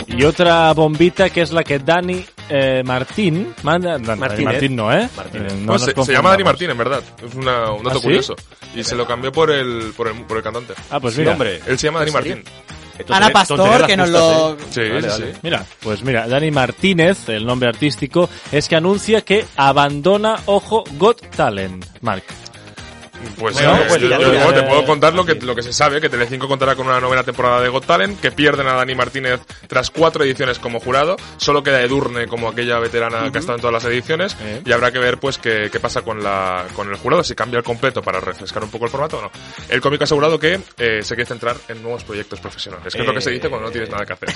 S2: Y otra bombita que es la que Dani eh, Martín manda. no, Dani
S5: Martínez.
S2: Martín no, ¿eh?
S5: Martínez.
S2: Eh, no
S6: Bueno,
S2: nos
S6: se, se
S2: confundamos.
S6: llama Dani Martín, en verdad. Es una- un dato
S2: ¿Ah, sí?
S6: curioso. Y se lo cambió por el, por el, por el cantante.
S2: Ah, pues
S5: Sí,
S2: mira.
S5: hombre.
S6: Él se llama Dani
S2: Pues
S6: Martín.
S4: Ana Pastor, que nos lo.
S6: Sí,
S5: ¿eh? Vale,
S6: sí,
S5: vale.
S6: sí.
S2: Mira, pues mira, Dani Martínez, el nombre artístico, es que anuncia que abandona, ojo, Got Talent, Mark.
S6: Pues,
S5: Bueno,
S6: eh,
S5: pues
S6: yo-
S5: mira,
S6: yo-
S5: mira,
S6: te
S2: mira,
S6: puedo
S2: mira.
S6: contar lo que, lo que se sabe, que Telecinco contará con una novena temporada de Got Talent, que pierden a Dani Martínez tras cuatro ediciones como jurado, solo queda Edurne como aquella veterana que ha estado en todas las ediciones,
S2: Eh.
S6: y habrá que ver pues qué, qué pasa con la con el jurado, si cambia el completo para refrescar un poco el formato o no. El cómico ha asegurado que eh, se quiere centrar en nuevos proyectos profesionales, que es lo que se dice cuando no tienes nada que hacer.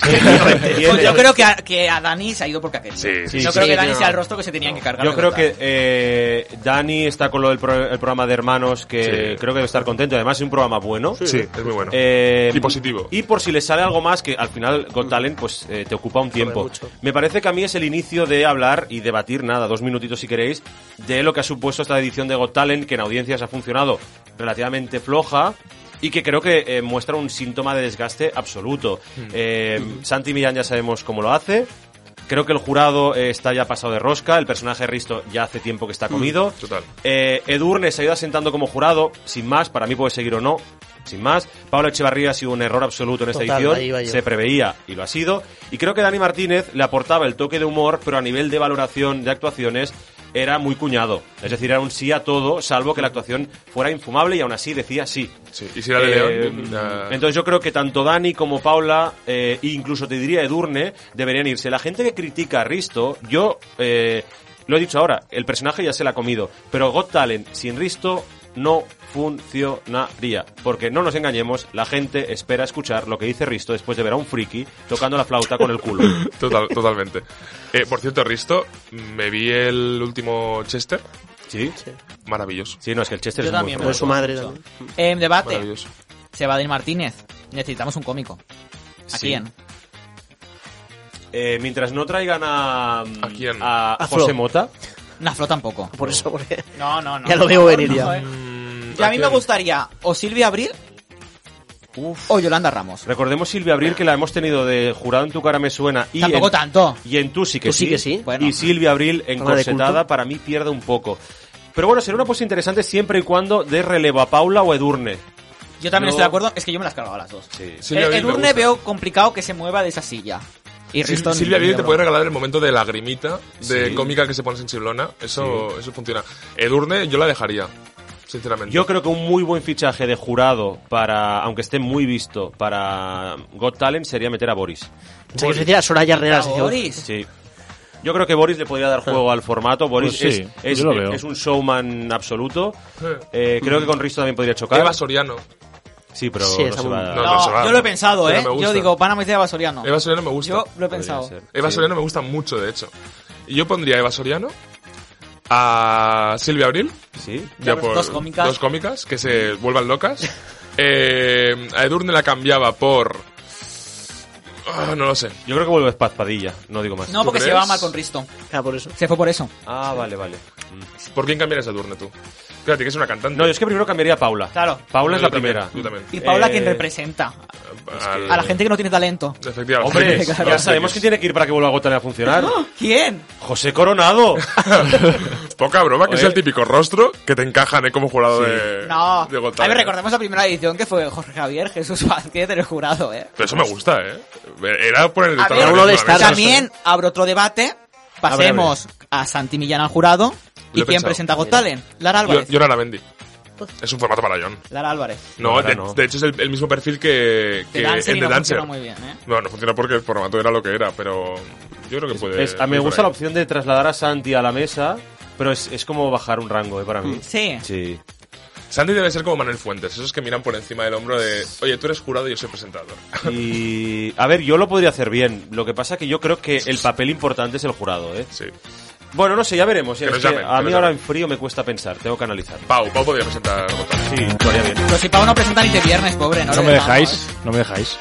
S4: Pues yo creo que a, que a Dani se ha ido porque ha querido.
S6: Sí, sí,
S4: yo
S5: eh. sí,
S4: creo que
S3: sí,
S4: Dani
S3: no.
S4: sea el rostro que se tenían que cargar.
S5: Yo
S4: de
S5: creo
S4: verdad.
S5: que eh, Dani está con lo del pro- el programa de hermanos, que
S6: Sí.
S5: creo que debe estar contento. Además, es un programa bueno.
S6: Sí, es muy bueno.
S5: Eh,
S6: Y positivo.
S5: Y por si le sale algo más, que al final Got Talent pues, eh, te ocupa un tiempo.
S3: mucho.
S5: Me parece que a mí es el inicio de hablar y debatir, nada, dos minutitos si queréis, de lo que ha supuesto esta edición de Got Talent, que en audiencias ha funcionado relativamente floja. Y que creo que eh, muestra un síntoma de desgaste absoluto. Eh, Santi Millán ya sabemos cómo lo hace. Creo que el jurado eh, está ya pasado de rosca. El personaje de Risto ya hace tiempo que
S6: Hmm.
S5: está comido.
S6: Total.
S5: Eh, Edurne se ha ido asentando como jurado, sin más, para mí puede seguir o no, sin más. Pablo Echevarría ha sido un error absoluto en esta
S3: Total, ahí iba
S5: edición,
S3: yo.
S5: se preveía y lo ha sido. Y creo que Dani Martínez le aportaba el toque de humor, pero a nivel de valoración de actuaciones era muy cuñado. Es decir, era un sí a todo, salvo que la actuación fuera infumable y aún así decía sí.
S6: Sí, Y si era de
S5: Eh,
S6: León, eh,
S5: entonces yo creo que tanto Dani como Paula, eh, incluso te diría Edurne, deberían irse. La gente que critica a Risto, yo eh, lo he dicho ahora, el personaje ya se la ha comido, pero Got Talent sin Risto no funcionaría. Porque no nos engañemos, la gente espera escuchar lo que dice Risto después de ver a un friki tocando la flauta con el culo.
S6: Total, totalmente. Eh, por cierto, Risto, me vi el último Chester.
S5: ¿Sí?
S6: Maravilloso.
S5: Sí, no, es que el Chester
S4: Yo
S5: es muy
S4: también.
S5: bueno.
S3: Con su madre también.
S4: Eh, debate.
S6: Maravilloso.
S4: Se va Dani Martínez. Necesitamos un cómico. ¿A
S5: Sí.
S4: quién?
S5: Eh, mientras no traigan a...
S6: ¿A quién?
S5: A,
S3: A Flo.
S5: José Mota.
S4: No, Flo tampoco.
S3: Por eso, porque...
S4: No, no, no.
S3: Ya lo
S4: por
S3: veo
S4: favor,
S3: venir
S4: no,
S3: ya.
S4: eh.
S6: Mm,
S4: Y a mí me
S6: quién?
S4: gustaría o Silvia Abril o Yolanda Ramos.
S5: Recordemos Silvia Abril que la hemos tenido de jurado en tu cara me suena y
S4: Tampoco
S5: en-
S4: tanto.
S5: Y en tú sí que
S3: Tú
S5: sí.
S3: sí que sí.
S4: Bueno.
S5: Y Silvia Abril
S3: Programa de
S5: encorsetada
S3: culto.
S5: para mí pierde un poco. Pero bueno, será una cosa interesante siempre y cuando dé relevo a Paula o Edurne.
S4: Yo también
S5: Yo-
S4: estoy de acuerdo, es que yo me las cargaba las dos.
S6: Sí,
S4: el
S6: a mí
S4: el
S6: me
S4: Urne
S6: gusta.
S4: veo complicado que se mueva de esa silla. Y
S6: Sil-
S4: Riston-
S6: Silvia Viri te
S4: no.
S6: puede regalar el momento de lagrimita, de
S5: Sí.
S6: cómica que se pone sensiblona. Eso, eso funciona. Edurne yo la dejaría, sinceramente.
S5: Yo creo que un muy buen fichaje de jurado para, aunque esté muy visto, para Got Talent sería meter a Boris.
S3: O sea, que se decía Soraya Herrera. se dice,
S4: Boris.
S5: Sí. Yo creo que Boris le podría dar
S3: Ah.
S5: juego al formato. Boris
S2: Pues sí,
S5: es, es-
S2: yo lo veo.
S5: es un showman absoluto.
S6: Sí.
S5: Eh, creo que con Risto también podría chocar.
S6: Eva Soriano.
S5: Sí, pero
S3: Sí,
S5: no
S3: está
S5: se
S3: muy-
S5: va a-
S6: No,
S4: No,
S6: no se va,
S4: yo lo he
S6: no.
S4: pensado,
S6: Pero
S4: ¿eh?
S6: me gusta.
S4: Yo digo, van a meter a Basoriano.
S6: Eva Soriano me gusta.
S4: Yo lo he
S5: podría
S4: pensado.
S5: ser.
S6: Eva
S5: Sí.
S6: Soriano me gusta mucho, de hecho. Yo pondría a Eva Soriano, a Silvia Abril,
S5: Sí.
S4: Ya,
S6: ya
S4: pues,
S6: por-
S4: dos cómicas.
S6: dos cómicas que se vuelvan locas. Eh, a Edurne la cambiaba por... Ah, no lo sé.
S5: Yo creo que vuelve Paz Padilla, no digo más.
S4: No,
S6: ¿Tú
S4: porque se
S6: crees?
S4: va mal con Riston.
S3: Ah, por eso.
S4: Se fue por eso.
S5: Ah, vale, vale. Mm.
S6: ¿Por quién cambiarías a Edurne tú? Fíjate que es una cantante.
S5: No, yo es que primero cambiaría a Paula.
S4: Claro.
S5: Paula es
S6: Yo
S5: la
S6: también,
S5: primera.
S6: yo también.
S4: Y Paula,
S5: Eh,
S4: quien representa
S6: Al-
S4: a la gente que no tiene talento.
S6: Efectivamente.
S5: Hombre,
S6: Claro.
S5: ya sabemos quién tiene que ir para que vuelva a Gotham a funcionar.
S4: ¿Quién?
S5: José Coronado.
S6: Poca broma, que
S5: Oye.
S6: es el típico rostro que te encajan ¿eh? como jurado de.
S4: No.
S6: de Got
S4: a ver,
S6: Talent.
S4: recordemos la primera edición que fue Jorge Javier, Jesús Vázquez, el jurado, ¿eh?
S6: Pero eso me gusta, ¿eh? Era poner el
S4: A
S6: tablero
S4: ver,
S3: uno de
S6: encima de la
S3: Star-
S6: mesa.
S4: También abro otro debate. Pasemos a, Santi Millán al jurado. ¿Y
S6: Lo
S4: quién
S6: he pensado.
S4: presenta a Got Talent? Lara
S6: Yo,
S4: Álvarez.
S6: yo Lara Mendy. Es un formato para John.
S4: Lara Álvarez.
S6: No,
S5: No,
S6: de,
S5: no.
S6: de hecho es el, el mismo perfil que, que
S4: De Dancer
S6: el
S4: y
S6: de
S4: no
S6: Dancer.
S4: funciona muy bien, ¿eh?
S6: No, no funciona porque el formato era lo que era, pero yo creo que puede.
S5: Es- a mí me
S6: puede
S5: gusta la
S6: por ahí.
S5: opción de trasladar a Santi a la mesa, pero es, es como bajar un rango, ¿eh? Para
S6: Mm.
S5: mí.
S4: Sí.
S5: Sí.
S6: Sandy debe ser como Manuel Fuentes, esos que miran por encima del hombro de. Oye, tú eres jurado y yo soy presentador.
S5: Y. A ver, yo lo podría hacer bien. Lo que pasa que yo creo que el papel importante es el jurado, ¿eh?
S6: Sí.
S5: Bueno, no sé, ya veremos. ya es
S6: Que nos
S5: que
S6: llamen, que
S5: a mí
S6: nos
S5: ahora en
S6: llamen.
S5: frío me cuesta pensar, tengo que analizar.
S6: Pau, Pau podría presentar. Got Talent.
S5: Sí, lo haría bien.
S4: Pero Pues si Pau no presenta ni de viernes, pobre. No,
S2: No
S4: le
S2: me
S4: dejamos,
S2: dejáis, no me dejáis.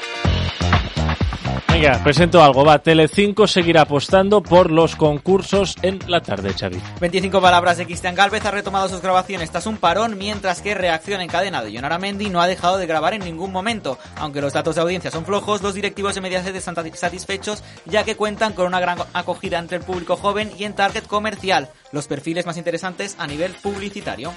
S2: Venga, presento algo. Va, Tele5 seguirá apostando por los concursos en la tarde, Xavi.
S4: 25 palabras de Cristian Galvez ha retomado sus grabaciones tras un parón, mientras que Reacción en cadena de Jon Aramendi no ha dejado de grabar en ningún momento. Aunque los datos de audiencia son flojos, los directivos de Mediaset están tati- satisfechos ya que cuentan con una gran acogida entre el público joven y en target comercial, los perfiles más interesantes a nivel publicitario.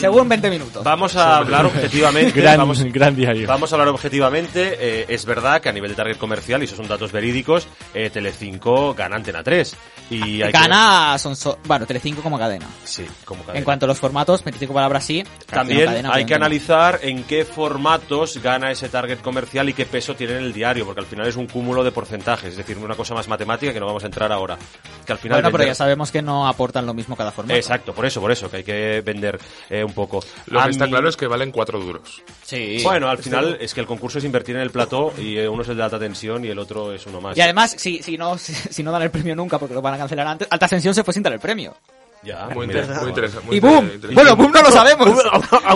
S4: Según 20 minutos.
S5: Mm. Vamos a hablar objetivamente.
S2: Gran,
S5: vamos,
S2: gran diario.
S5: Vamos a hablar objetivamente. eh, es verdad que a nivel de target comercial, y esos son datos verídicos, eh, Telecinco gana Antena 3. Y hay que-
S4: Gana Sonso... Bueno, Telecinco como cadena.
S5: Sí, como cadena.
S4: En cuanto a los formatos, 25 palabras sí.
S5: También
S4: Cadena,
S5: hay
S4: obviamente.
S5: que analizar en qué formatos gana ese target comercial y qué peso tiene en el diario, porque al final es un cúmulo de porcentajes, es decir, una cosa más matemática que no vamos a entrar ahora. Que al final
S4: Bueno, pero
S5: vender-
S4: ya sabemos que no aportan lo mismo cada formato.
S5: Exacto, por eso, por eso, que hay que vender eh, un poco.
S6: Lo
S5: A
S6: que está
S5: mí-
S6: claro es que valen cuatro duros.
S4: Sí.
S5: Bueno, al final es que el concurso es invertir en el plató y eh, uno es el de alta tensión y el otro es uno más.
S4: Y además, si, si, no, si, si no dan el premio nunca porque lo van a cancelar antes, Alta Ascensión se fue sin dar el premio.
S5: Ya,
S6: Muy,
S5: mira.
S6: inter- muy interesante. muy
S4: y boom.
S6: interesante.
S4: Bueno, boom no lo sabemos.
S3: Aún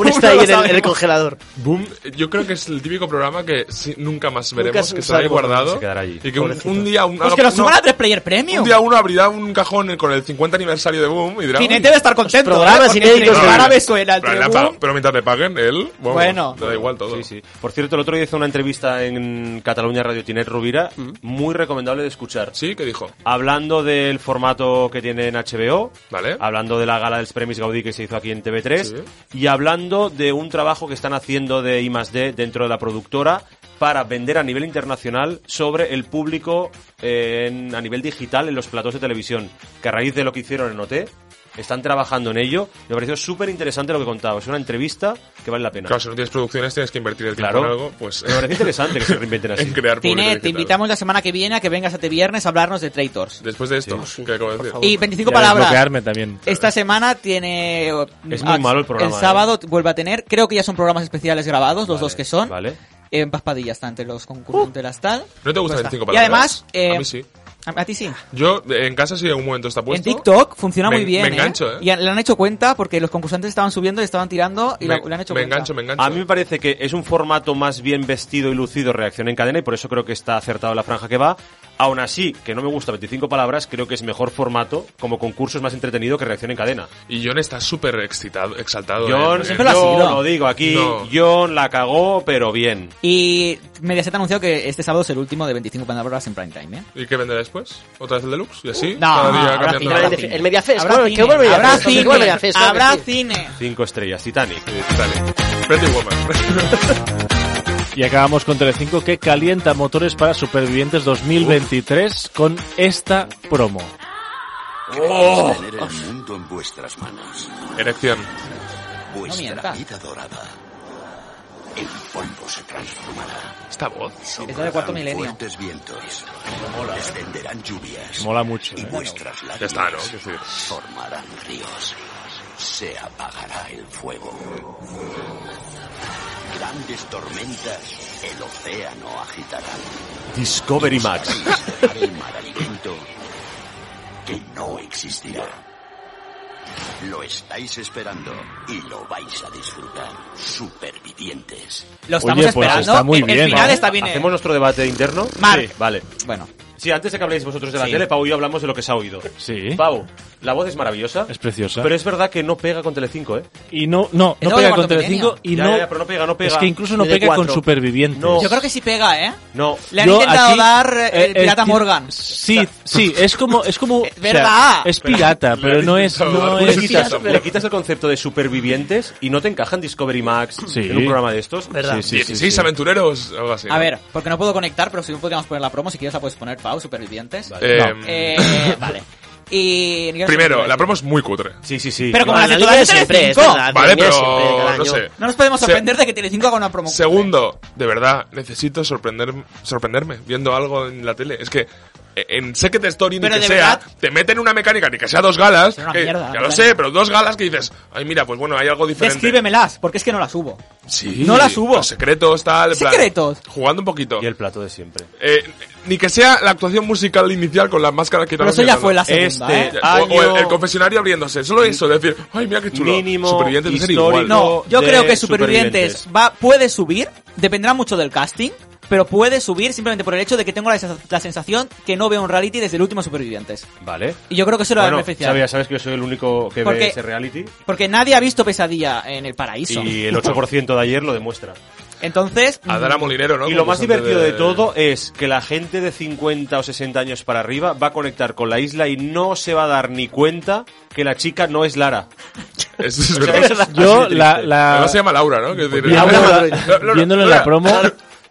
S4: Boom
S3: está
S4: no
S3: ahí en el, en
S4: lo
S3: el
S4: sabemos.
S3: congelador.
S6: Boom, yo creo que es el típico programa que sí- nunca más
S3: Nunca
S6: veremos,
S3: se
S6: que estará ahí
S3: sabe
S6: guardado.
S5: se quedará allí.
S6: Y que un,
S3: Pobrecito.
S6: un día un,
S4: Pues que lo
S6: uno-
S4: suban a 3 Player Premium.
S6: un día uno abrirá un cajón con el 50 aniversario de Boom y dirá.
S4: Kinect
S6: "Uy,
S4: debe estar contento.
S3: programas
S4: ¿eh? Porque
S3: inéditos.
S4: Kinect
S6: no,
S4: árabe
S6: no,
S4: suena el
S6: pero, le
S4: trío
S6: han pagado-
S4: Boom.
S6: pero mientras le paguen, él. Bueno,
S4: Bueno.
S6: le da igual todo.
S5: Sí, sí. Por cierto, el otro día hizo una entrevista en Cataluña Radio Tinet Rubira,
S6: Mm.
S5: muy recomendable de escuchar.
S6: Sí, ¿qué dijo?
S5: Hablando del formato que tiene en HBO,
S6: Vale.
S5: hablando de la gala dels Premis Gaudí que se hizo aquí en TV3,
S6: Sí.
S5: y hablando de un trabajo que están haciendo de I+.D. dentro de la productora para vender a nivel internacional sobre el público eh, en- a nivel digital en los platos de televisión, que a raíz de lo que hicieron en OT, están trabajando en ello. Me pareció súper interesante lo que contaba. Es una entrevista que vale la pena.
S6: Claro, si no tienes producciones, tienes que invertir el tiempo
S5: Claro.
S6: en algo, pues.
S5: Me parece interesante que se reinventen así.
S6: en crear público
S4: Tinet, te
S6: digital.
S4: invitamos la semana que viene a que vengas a este viernes a hablarnos de Traitors.
S6: Después de esto,
S3: Sí.
S6: ¿qué acabo de
S3: Por
S6: decir?
S3: favor.
S4: Y 25
S2: Ya
S4: palabras.
S2: desbloquearme también.
S4: Esta semana tiene. ah,
S5: Es muy malo el programa,
S4: El sábado vuelve a tener. Creo que ya son programas especiales grabados, los dos que son.
S5: Vale.
S4: En Paz Padilla está entre los concursantes de las tal.
S6: ¿No te gusta
S4: Pues está.
S6: 25
S4: Y
S6: palabras?
S4: además. eh,
S6: A mí sí.
S4: A, a ti sí.
S6: Yo, eh, en casa, si en algún momento está puesto.
S4: En TikTok funciona
S6: me-
S4: muy bien.
S6: me engancho, ¿eh?
S4: Y han- le han hecho cuenta porque los concursantes estaban subiendo y estaban tirando y
S6: me,
S4: lo- le han hecho
S6: me
S4: cuenta.
S6: engancho, me engancho.
S5: A mí me parece que es un formato más bien vestido y lucido reacción en cadena y por eso creo que está acertado la franja que va. Aún así, que no me gusta 25 palabras, creo que es mejor formato, como concurso es más entretenido que reacción en cadena.
S6: Y John está súper excitado, exaltado.
S5: John,
S6: eh,
S5: yo
S4: siempre lo ha sido.
S5: lo digo aquí,
S6: No.
S5: John la cagó, pero bien.
S4: Y Mediaset anunció que este sábado es el último de 25 palabras en prime time, ¿eh?
S6: ¿Y qué vendrá después? ¿Otra vez el deluxe? ¿Y así?
S4: No,
S6: cada día
S4: no, habrá
S6: cambiando
S4: cine,
S6: de-
S4: habrá
S3: El,
S4: cine.
S3: el Mediafest,
S4: Habrá
S3: claro, que
S4: cine,
S3: vuelve el
S4: habrá
S3: Mediafest, que vuelve el
S4: cine,
S3: Mediafest, claro que
S4: habrá
S3: sí.
S4: cine.
S5: Cinco estrellas, Titanic.
S6: Sí, Titanic. Pretty Woman.
S2: Y acabamos con Telecinco que calienta motores para Supervivientes 2023 con esta promo.
S7: Tener
S5: Oh.
S7: el mundo en vuestras manos.
S6: Erección.
S7: Vuestra
S4: mientas.
S7: vida dorada. En polvo se transformará.
S6: Esta voz.
S4: la de cuarto
S7: Sobrarán
S4: milenio.
S2: pues,
S7: Fuertes vientos. Descenderán lluvias.
S2: Mola mucho.
S7: Y
S2: ¿eh?
S7: vuestras lágrimas
S6: Ya está, ¿no? Quiero decir,
S7: formarán ríos. Se apagará el fuego. Grandes tormentas el océano agitará.
S5: Discovery Max.
S7: El mar alimento que no existirá. Lo estáis esperando y lo vais a disfrutar. Supervivientes.
S4: Lo estamos
S2: Oye, pues
S4: esperando.
S2: está muy
S4: El-
S2: bien,
S4: El final
S2: ¿eh?
S4: está bien. eh.
S5: ¿Hacemos nuestro debate interno?
S4: Marc.
S5: Sí, vale.
S4: Bueno,
S5: Sí, antes de que habléis vosotros de la
S4: Sí.
S5: tele, Pau y yo hablamos de lo que se ha oído.
S2: Sí.
S5: Pau, la voz es maravillosa.
S2: Es preciosa.
S5: Pero es verdad que no pega con Telecinco, ¿eh?
S2: Y no, no,
S4: Es
S2: no
S4: doble
S2: pega
S4: cuarto
S2: con Telecinco
S4: milenio.
S2: y
S5: Ya,
S2: no,
S5: ya, pero no pega, no pega.
S2: Es que incluso no
S5: Ni de
S2: pega con
S5: cuatro.
S2: Supervivientes.
S5: No.
S4: yo creo que sí pega, ¿eh?
S5: No.
S4: Le han
S2: Yo
S4: intentado
S2: aquí,
S4: dar eh, el
S2: eh,
S4: pirata
S2: ti-
S4: Morgan.
S2: Sí, sí, es como, es como,
S4: Es verdad.
S2: es pirata,
S6: Le
S2: pero
S6: han
S2: no es,
S6: intentado
S2: no
S6: dar
S5: Tú le
S6: un
S2: es,
S6: piratas,
S5: quitas, le quitas el concepto de supervivientes y no te encaja en Discovery Max
S2: Sí.
S5: en un programa de estos.
S3: ¿Verdad?
S2: Sí, sí.
S6: 16 aventureros, algo así.
S4: A
S6: ¿no?
S4: ver, porque no puedo conectar, pero si no podríamos poner la promo, si quieres la puedes poner, Pau, supervivientes.
S6: Eh,
S4: Eh, vale. Y.
S6: Primero, la promo es muy cutre.
S5: Sí, sí, sí.
S4: Pero como
S3: Bueno,
S4: las de
S3: la
S4: todas
S3: línea
S4: las de
S3: siempre,
S4: Telecinco.
S3: es verdad, la
S6: Vale,
S3: línea
S6: pero
S3: siempre, cada
S6: no
S3: año.
S6: sé.
S4: No nos podemos
S6: Se-
S4: sorprender de que Telecinco haga una promo.
S6: Segundo, de verdad, necesito sorprender, sorprenderme viendo algo en la tele. Es que eh, en Secret Story, ni
S4: Pero
S6: que
S4: de
S6: sea,
S4: verdad-
S6: te meten una mecánica, ni que sea dos galas.
S4: Será una
S6: que-
S4: mierda,
S6: ya
S4: claro.
S6: lo sé, pero dos galas que dices, ay, mira, pues bueno, hay algo diferente.
S4: Descríbemelas, porque es que no las hubo.
S6: Sí,
S4: No la subo.
S6: Los secretos, tal. en plan,
S4: Secretos.
S6: Jugando un poquito.
S5: Y el plato de siempre.
S6: Eh, ni que sea la actuación musical inicial con la máscara que
S4: Pero eso ya fue la segunda,
S5: Este
S4: ¿eh?
S6: O, o el,
S5: año-
S6: el confesionario abriéndose, solo eso, decir, ay, mira qué chulo.
S5: Mínimo
S6: Supervivientes de ser
S5: histórico.
S6: igual.
S4: No, yo
S5: de
S4: creo que Supervivientes
S5: Supervivientes.
S4: va, puede subir, dependerá mucho del casting, pero puede subir simplemente por el hecho de que tengo la, sens- la sensación que no veo un reality desde el último Supervivientes.
S5: Vale.
S4: Y yo creo que eso lo va a
S5: Bueno,
S4: beneficiar.
S5: sabía, sabes que yo soy el único que
S4: Porque-
S5: ve ese reality
S4: Porque nadie ha visto Pesadilla en el paraíso.
S5: y el 8% de ayer lo demuestra.
S4: Entonces, mm,
S6: A dar a Molinero,
S5: y
S6: ¿no? Como
S5: lo más
S6: pasante
S5: divertido de... todo es que la gente de 50 o 60 años para arriba va a conectar con la isla y no se va a dar ni cuenta que la chica no es Lara.
S6: Eso es
S5: O sea,
S6: verdad.
S5: eso es-
S2: yo la,
S6: Además
S2: la,
S6: se llama Laura, ¿no? Quiero decir,
S2: viéndolo,
S6: Laura-
S2: la-
S6: Laura-
S2: viéndolo en la
S6: Laura-
S2: promo,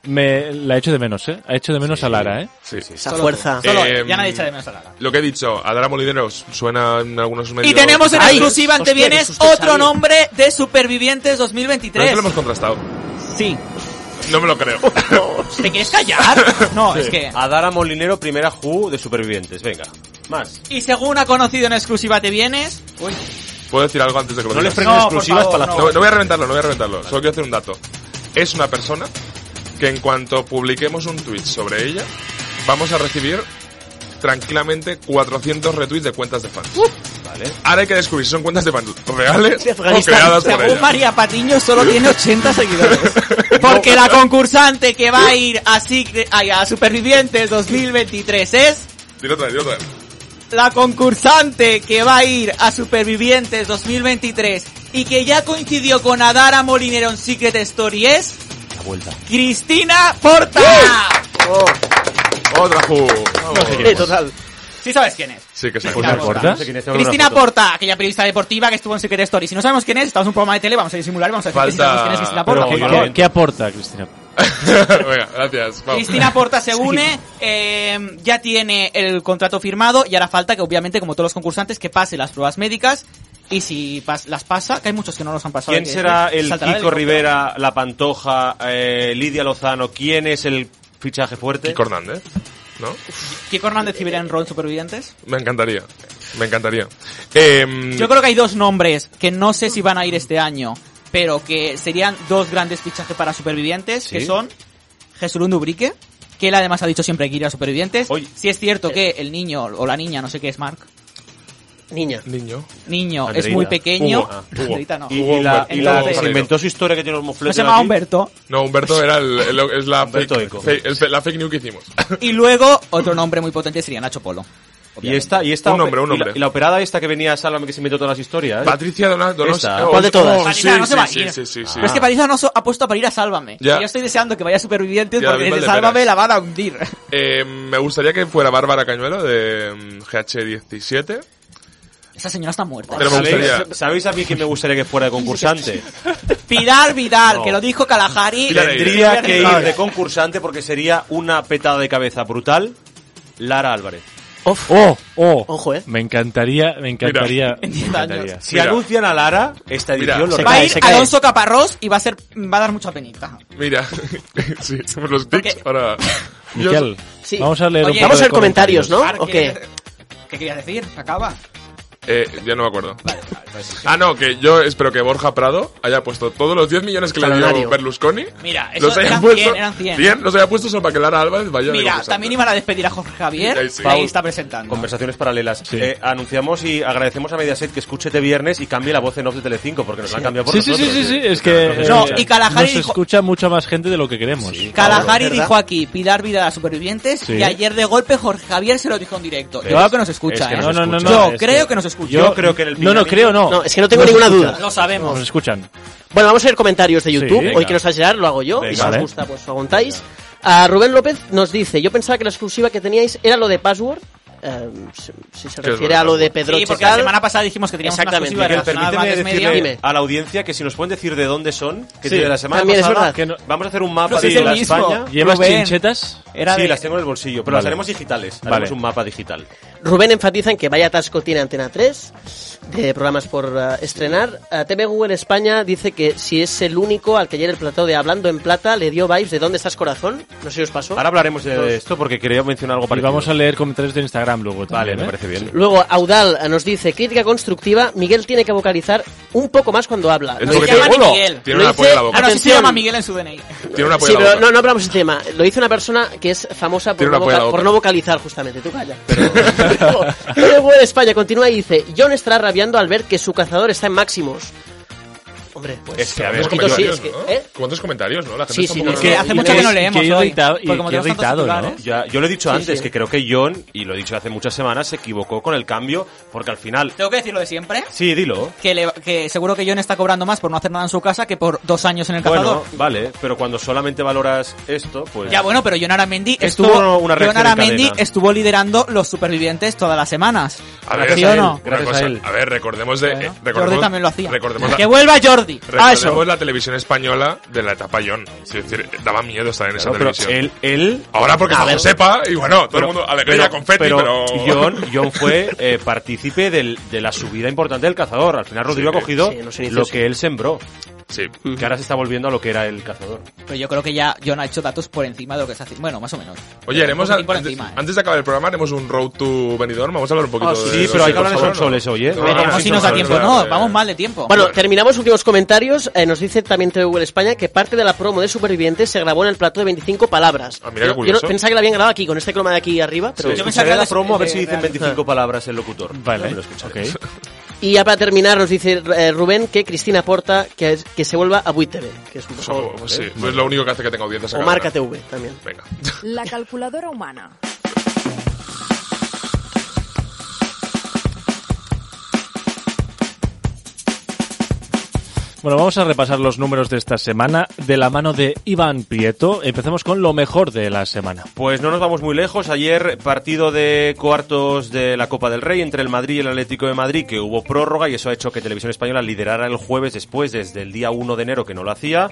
S2: me la echo de menos, eh, ha hecho de menos a Lara, eh.
S6: Sí.
S3: Esa fuerza.
S4: solo
S6: Eh,
S4: ya nadie echa de menos a Lara.
S6: Lo que he dicho, Adara Molineros suena en algunos medios.
S4: Y tenemos en
S6: Ay,
S4: exclusiva ante
S3: hostia, qué
S4: bienes
S3: susto,
S4: otro
S3: Xavi.
S4: nombre de Supervivientes
S6: pero
S4: 2023.
S6: esto lo hemos contrastado.
S4: Sí.
S6: No me lo creo.
S4: ¿Te quieres callar? No, es que...
S5: A Dara Molinero, primera Ju de Supervivientes. Venga, más.
S4: Y según ha conocido en exclusiva Te Vienes... Uy,
S6: ¿Puedo decir algo antes de que lo
S5: No les
S6: digas?
S5: frenes
S4: No, por
S5: exclusivas
S4: favor,
S5: para la
S4: no.
S6: No, no voy a reventarlo, no voy a reventarlo. Solo quiero hacer un dato. Es una persona que en cuanto publiquemos un tweet sobre ella, vamos a recibir tranquilamente 400 retweets de cuentas de fans.
S5: Vale.
S6: Ahora hay que descubrir si son cuentas de fans reales
S3: De
S6: o
S3: Afganistán,
S6: creadas por
S4: según
S6: ella.
S4: María Patiño solo tiene 80 seguidores. Porque la concursante que va a ir a, Sig- ay, a Supervivientes 2023 es...
S6: Dilo otra vez, dilo otra vez.
S4: La concursante que va a ir a Supervivientes 2023 y que ya coincidió con Adara Molinero en Secret Story es...
S5: La vuelta.
S4: Cristina Porta.
S5: Oh.
S6: Otra ju.
S3: Eh, total.
S4: Sí sabes quién es.
S6: Sí que sí.
S4: Pues no
S2: importa.
S5: quién es, tengo
S4: Cristina
S5: una foto.
S4: Porta, aquella periodista deportiva que estuvo en Secret Story. Si no sabemos quién es, estamos en un programa de tele, vamos a disimular y vamos a decir que sí
S6: Falta-
S4: sabemos quién es Cristina
S2: Pero
S4: Porta,
S2: ¿qué,
S4: por
S5: no,
S2: qué-
S4: favor.
S5: no.
S2: qué aporta, Cristina?
S6: Venga, gracias. Vamos.
S4: Cristina Porta se une, eh, ya tiene el contrato firmado y ahora falta que obviamente, como todos los concursantes, que pase las pruebas médicas y si pas- las pasa, que hay muchos que no los han pasado. hay
S5: ¿Quién
S4: que
S5: será
S4: decir,
S5: el
S4: saltará del
S5: Kiko
S4: helicóptero.
S5: Rivera, la Pantoja, eh, Lidia Lozano? ¿Quién es el fichaje fuerte?
S6: Kiko Hernández, ¿no?
S4: Kiko Hernández y Belén Ron, supervivientes.
S6: Me encantaría. Me encantaría. Eh,
S5: Mm.
S4: Yo creo que hay dos nombres que no sé si van a ir este año, pero que serían dos grandes fichajes para supervivientes, que
S5: Sí.
S4: son Jesulún Dubrique, que él además ha dicho siempre que irá a supervivientes.
S5: Oye.
S4: Si es cierto que el niño o la niña, no sé qué es Mark,
S3: Niña.
S6: Niño.
S4: Niño, es
S5: Andreina.
S4: muy pequeño.
S5: Hugo. Ah,
S4: Andreita no.
S5: Y,
S6: Hugo
S5: y la, y la-
S4: Entonces-
S5: se inventó su historia que tiene los
S4: No
S5: mofletes.
S4: se llama
S5: aquí.
S4: Humberto.
S6: No, Humberto era el, el- es la,
S5: Humberto
S6: fake,
S5: Eco.
S6: fake- el- la fake news que hicimos.
S4: Y luego, otro nombre muy potente sería Nacho Polo.
S5: Y esta, y esta
S6: Un hombre, un
S5: y la-
S6: hombre.
S5: Y la, operada esta que venía a Sálvame que se inventó todas las historias. ¿eh?
S6: Patricia Donato.
S5: Esta.
S6: No,
S3: ¿Cuál de todas?
S6: Oh, sí,
S4: Patricia, no se
S6: sí,
S4: va a
S6: sí,
S4: ir.
S6: sí, sí, sí.
S4: Pero es que Paliza no so- ha puesto a parir a Sálvame.
S6: Ya.
S4: Y yo estoy deseando que vaya Supervivientes
S6: Ya,
S4: porque
S6: mismo
S4: desde
S6: le verás.
S4: Sálvame la van a hundir.
S6: Eh, me gustaría que fuera Bárbara Cañuelo de mm, GH17.
S4: Esa señora está muerta.
S6: Pero me
S5: ¿Sabéis,
S6: gustaría.
S5: sabéis a mí que me gustaría que fuera de concursante?
S4: Pilar Vidal,
S5: No.
S4: que lo dijo Kalahari.
S6: Pilar
S5: Tendría
S4: Pilar
S5: que ir
S4: Vidal.
S5: de concursante porque sería una petada de cabeza brutal. Lara Álvarez.
S2: Oh, oh.
S3: Ojo, eh.
S2: Me encantaría, me encantaría.
S4: En
S2: me
S4: 10
S2: encantaría.
S4: años.
S5: Si
S6: Mira.
S5: anuncian a Lara, esta
S6: Mira,
S5: edición
S3: se
S5: lo
S4: Va a
S3: cae,
S4: ir
S3: se cae.
S4: Alonso Caparrós y va a ser, va a dar mucha penita.
S6: Mira, sí, somos los tics
S4: Ok.
S6: para... Yo-
S2: Miquel,
S3: Sí.
S2: vamos a leer
S4: Oye,
S2: un poco
S3: Vamos a
S2: de
S3: ver comentarios, ¿no?
S4: Ahora,
S3: ¿O
S4: ¿qué-
S3: qué?
S4: ¿Qué querías decir? Acaba.
S6: eh, ya no me acuerdo. Ah, no, que yo espero que Borja Prado haya puesto todos los 10 millones que le dio
S3: Talonario.
S6: Berlusconi.
S4: Mira, eso
S6: los haya
S4: eran
S6: puesto,
S4: 100, eran 100.
S6: los haya puesto solo para que Lara Álvarez vaya de
S4: Mira,
S6: concursante.
S4: también iban a despedir a Jorge Javier.
S6: Ahí sí.
S4: que Ahí está presentando.
S5: Conversaciones paralelas. Eh, anunciamos y agradecemos a Mediaset que escuche este viernes y cambie la voz en off de Telecinco porque nos la han cambiado por
S2: Sí, sí, sí,
S5: nosotros.
S2: sí, sí, es que
S4: No,
S2: eh,
S4: y Kalahari
S2: nos
S4: dijo-
S2: escucha mucha más gente de lo que queremos.
S4: Kalahari
S3: ¿verdad?
S4: dijo aquí, Pilar Vidal a Supervivientes,
S2: Sí.
S4: y ayer de golpe Jorge Javier se lo dijo en directo. Yo
S5: Es-
S4: creo que nos
S5: es
S4: escucha,
S5: que
S4: ¿eh?
S5: nos
S2: No, no, no,
S5: escucha.
S4: Yo
S2: no, es
S4: creo
S2: que-
S4: que nos escucha.
S5: Yo creo que en el
S2: No, no,
S5: Pignamino-
S2: creo no.
S3: No, es que no tengo ninguna duda.
S4: Lo sabemos.
S2: Nos escuchan.
S3: Bueno, vamos a leer comentarios de YouTube.
S2: venga.
S3: Hoy que nos está Gerard, lo hago yo.
S5: Venga,
S3: y si
S2: vale.
S3: os gusta, pues lo aguantáis. A Rubén López nos dice, yo pensaba que la exclusiva que teníais era lo de Password. Eh, si, si se
S6: Que es
S3: refiere
S6: verdad,
S3: a lo de
S6: Password.
S3: Pedro
S4: sí, porque la
S3: Chacal.
S4: semana pasada dijimos que teníamos una
S3: Exactamente.
S4: exclusiva
S5: Miguel,
S4: relacionada
S5: permíteme
S4: a Grandes
S5: decirle
S4: Media.
S3: Dime.
S5: a la audiencia que si nos pueden decir de dónde son, que
S2: Sí.
S5: de la semana
S3: También es
S5: pasada
S3: verdad.
S5: que no- vamos a hacer un
S4: No
S5: mapa
S4: sé si
S5: de
S4: es
S5: la
S4: el mismo.
S5: España.
S2: ¿Llevas
S4: Rubén.
S2: chinchetas?
S4: Era
S5: sí,
S4: de-
S5: las tengo en el bolsillo, pero las
S2: Vale.
S5: haremos digitales.
S2: Vale.
S5: Haremos un mapa digital.
S3: Rubén enfatiza en que vaya atasco tiene Antena 3 de programas por eh, estrenar. Eh, TV Google España dice que si es el único al que ayer el plató de Hablando en Plata le dio vibes de ¿Dónde estás corazón? No sé si os pasó.
S5: Ahora hablaremos de esto porque quería mencionar algo
S2: Y
S5: parecido.
S2: vamos a leer comentarios de Instagram luego.
S5: Vale,
S2: también,
S5: me
S2: ¿eh?
S5: parece bien.
S3: Luego Audal eh, nos dice, crítica constructiva, Miguel tiene que vocalizar un poco más cuando habla.
S6: Es
S3: Lo
S6: lo que
S3: dice-
S4: llama
S6: tiene- ¡Hola!
S4: Miguel.
S6: Tiene
S3: Lo
S6: una
S3: dice-
S6: polla en la boca.
S4: Ah, no, sí se
S3: Atención.
S4: llama Miguel en su DNI.
S6: Tiene una polla
S3: Sí,
S6: en la
S3: pero
S6: boca.
S3: no, no hablamos de este tema. Lo dice una persona que es famosa por,
S6: Tiene
S3: no,
S6: una polla en la
S3: voca-
S6: boca.
S3: por no vocalizar, justamente. Tú calla. Luego, Luego, Google España continúa y dice, John estará rabiando al ver que su cazador está en máximos. Hombre, pues...
S5: Es que, a ver,
S6: ¿Cuántos
S3: un poquito sí,
S6: comentarios,
S3: es que-
S6: ¿no?
S3: ¿eh?
S6: ¿Cuántos comentarios, no? La gente
S3: Sí,
S6: está
S3: sí,
S6: un poco-
S3: es
S4: Que hace mucho que no
S2: Y
S4: leemos
S2: qué
S4: hoy.
S2: irritado- y
S4: porque como
S2: qué
S4: tenemos tantos
S2: irritado, ¿no?
S4: titulares.
S5: Ya, yo lo he dicho
S3: Sí,
S5: antes,
S3: sí.
S5: que creo que John, y lo he dicho hace muchas semanas, se equivocó con el cambio, porque al final...
S4: Tengo que decir lo de siempre.
S5: Sí, dilo.
S4: Que, le- que seguro que John está cobrando más por no hacer nada en su casa que por dos años en el
S5: Bueno,
S4: cazador.
S5: vale, pero cuando solamente valoras esto, pues...
S4: Ya bueno, pero John Aramendi
S5: Es
S4: estuvo,
S5: todo una
S4: John
S5: reacción en
S4: Aramendi
S5: cadena.
S4: estuvo liderando los supervivientes todas las semanas.
S6: A ver,
S4: ¿Sí o no?
S6: una
S2: Gracias
S6: cosa,
S2: a él.
S6: a ver, recordemos de... eh,
S4: Bueno,
S6: recordemos,
S4: Jordi también lo hacía.
S6: Recordemos la,
S4: Que vuelva Jordi. Ah,
S6: recordemos
S4: eso.
S6: la televisión española de la etapa John. Es decir, daba miedo estar en esa
S5: Claro, pero
S6: televisión.
S5: él, él
S6: Ahora porque no lo sepa, y bueno, todo el mundo alegría, confeti, pero...
S5: John, John fue eh, partícipe del- de la subida importante del cazador. Al final Rodrigo
S6: Sí.
S5: ha cogido
S3: Sí, en los inicios,
S5: lo
S3: sí.
S5: que él sembró,
S6: Sí.
S5: que ahora se está volviendo a lo que era el cazador.
S4: Pero yo creo que ya John ha hecho datos por encima de lo que se hace. Bueno, más o menos.
S6: Oye, haremos...
S4: Un
S6: al-
S4: poquitín por
S6: antes,
S4: encima, ¿eh?
S6: antes de acabar el programa, haremos un road to Benidorm. Vamos a hablar un poquito
S3: Ah,
S6: de...
S3: sí,
S6: de-
S5: Oh, sí, pero hay que
S6: por
S5: hablar de
S6: favor,
S5: Sonsoles
S6: ¿no?
S5: hoy, ¿eh?
S6: No,
S5: Veremos
S6: no,
S4: Veremos
S5: sí,
S4: si
S5: no,
S4: nos da
S5: no,
S4: tiempo.
S5: no,
S4: No,
S6: eh,
S4: vamos mal de tiempo.
S3: Bueno, terminamos últimos comentarios. Eh, nos dice también TV Google España que parte de la promo de Supervivientes se grabó en el plato de 25 palabras.
S6: Ah, mira qué
S3: Yo- yo,
S6: curioso.
S3: no- pensaba que la habían grabado aquí, con este croma de aquí arriba. Pero...
S4: Yo
S5: Yo
S4: me
S5: me
S4: saqué
S5: la
S4: de-
S5: promo a ver
S4: de-
S5: si dicen
S4: de-
S5: 25 palabras el locutor.
S2: Vale,
S5: Ya lo escucharé.
S2: ok.
S3: Y ya para terminar nos dice eh, Rubén que Cristina Porta que, es- que se vuelva a Buit TV, que es un
S6: Pues,
S3: poco- ¿eh?
S6: oh, pues sí, pues lo único que hace que tenga audiencia esa
S3: o
S6: cadena.
S3: Marca TV también.
S6: Venga.
S1: La calculadora humana.
S2: Bueno, vamos a repasar los números de esta semana de la mano de Iván Prieto. Empecemos con lo mejor de la semana.
S5: Pues no nos vamos muy lejos. Ayer partido de cuartos de la Copa del Rey entre el Madrid y el Atlético de Madrid, que hubo prórroga y eso ha hecho que Televisión Española liderara el jueves después, desde el día 1 de enero que no lo hacía.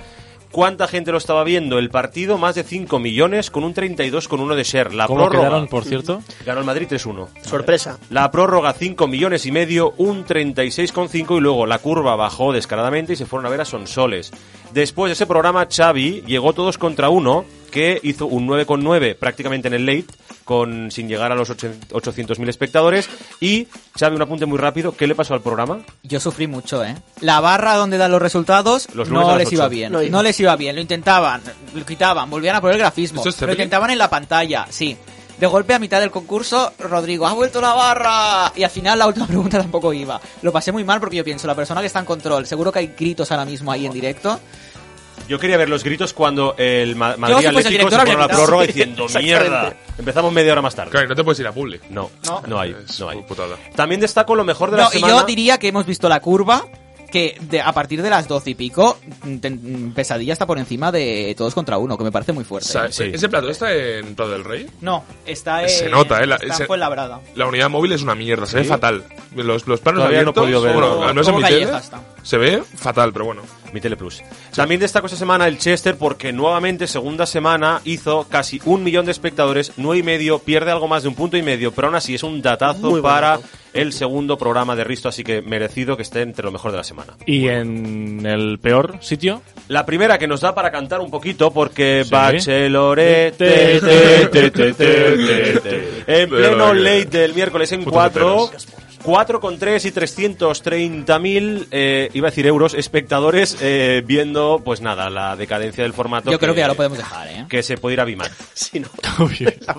S5: ¿Cuánta gente lo estaba viendo? El partido, más de 5 millones, con un 32,1 de share. La
S2: ¿Cómo
S5: prórroga
S2: quedaron, por cierto?
S5: ganó el Madrid 3-1.
S3: Sorpresa.
S5: La prórroga 5 millones y medio, un 36,5 y luego la curva bajó descaradamente y se fueron a ver a Sonsoles. Después de ese programa, Xavi llegó todos contra uno que hizo un 9,9 prácticamente en el late, con, sin llegar a los ocho- 800.000 espectadores. Y Xavi, un apunte muy rápido, ¿qué le pasó al programa?
S4: Yo sufrí mucho, ¿eh? La barra donde dan los resultados
S5: Los lunes
S4: no
S5: a las
S4: les
S5: ocho.
S4: iba bien.
S3: No
S4: No,
S3: iba.
S4: les iba bien. Lo intentaban, lo quitaban, volvían a poner el grafismo.
S6: ¿Esto es
S4: lo
S6: Zeppelin?
S4: intentaban en la pantalla, sí. De golpe, a mitad del concurso, Rodrigo, ¡ha vuelto la barra! Y al final, la última pregunta tampoco iba. Lo pasé muy mal porque yo pienso, la persona que está en control, seguro que hay gritos ahora mismo ahí en directo.
S5: Yo quería ver los gritos cuando el Ma- Madrid
S4: si fuese el
S5: Atlético
S4: director,
S5: se pone a la
S4: habría
S5: prórroga
S4: quitado.
S5: diciendo
S4: Exactamente.
S5: ¡mierda! Empezamos media hora más tarde.
S6: Claro, y no te puedes ir a Publi.
S5: No, no,
S4: No.
S5: hay,
S6: Es
S5: no hay.
S6: putada.
S5: También destaco lo mejor de
S4: No,
S5: la
S4: y
S5: semana.
S4: yo diría que hemos visto la curva que de- a partir de las doce y pico, mm, ten- mm, pesadilla está por encima de todos contra uno, que me parece muy fuerte. ¿eh?
S6: Sa-
S5: sí.
S6: ¿Ese plato está en Prado del Rey?
S4: No, está en,
S6: Se nota, eh, la-
S4: está en
S6: se-
S4: Fuenlabrada.
S6: La unidad móvil es una mierda, se ve fatal. Los, los planos
S5: Todavía no he
S6: abiertos,
S5: podido ver.
S6: bueno,
S5: Como-
S6: al menos en
S4: como
S6: mi tele,
S4: Calleja está.
S6: se ve fatal, pero bueno.
S5: Mi Teleplus. También destaco esta semana el Chester porque nuevamente, segunda semana, hizo casi un millón de espectadores, nueve y medio, pierde algo más de un punto y medio, pero aún así es un datazo para el segundo programa de Risto, así que merecido que esté entre lo mejor de la semana.
S2: Y en el peor sitio,
S5: La primera que nos da para cantar un poquito porque
S2: Sí.
S5: Bachelorette te, te, te, te, te, te. en pleno late del miércoles en
S6: Putos
S5: 4 4,3 y 330.000 eh, iba a decir euros espectadores eh, viendo pues nada la decadencia del formato
S4: Yo creo que ya lo podemos dejar, ¿eh?
S5: que se puede ir a Vimar
S3: Si no,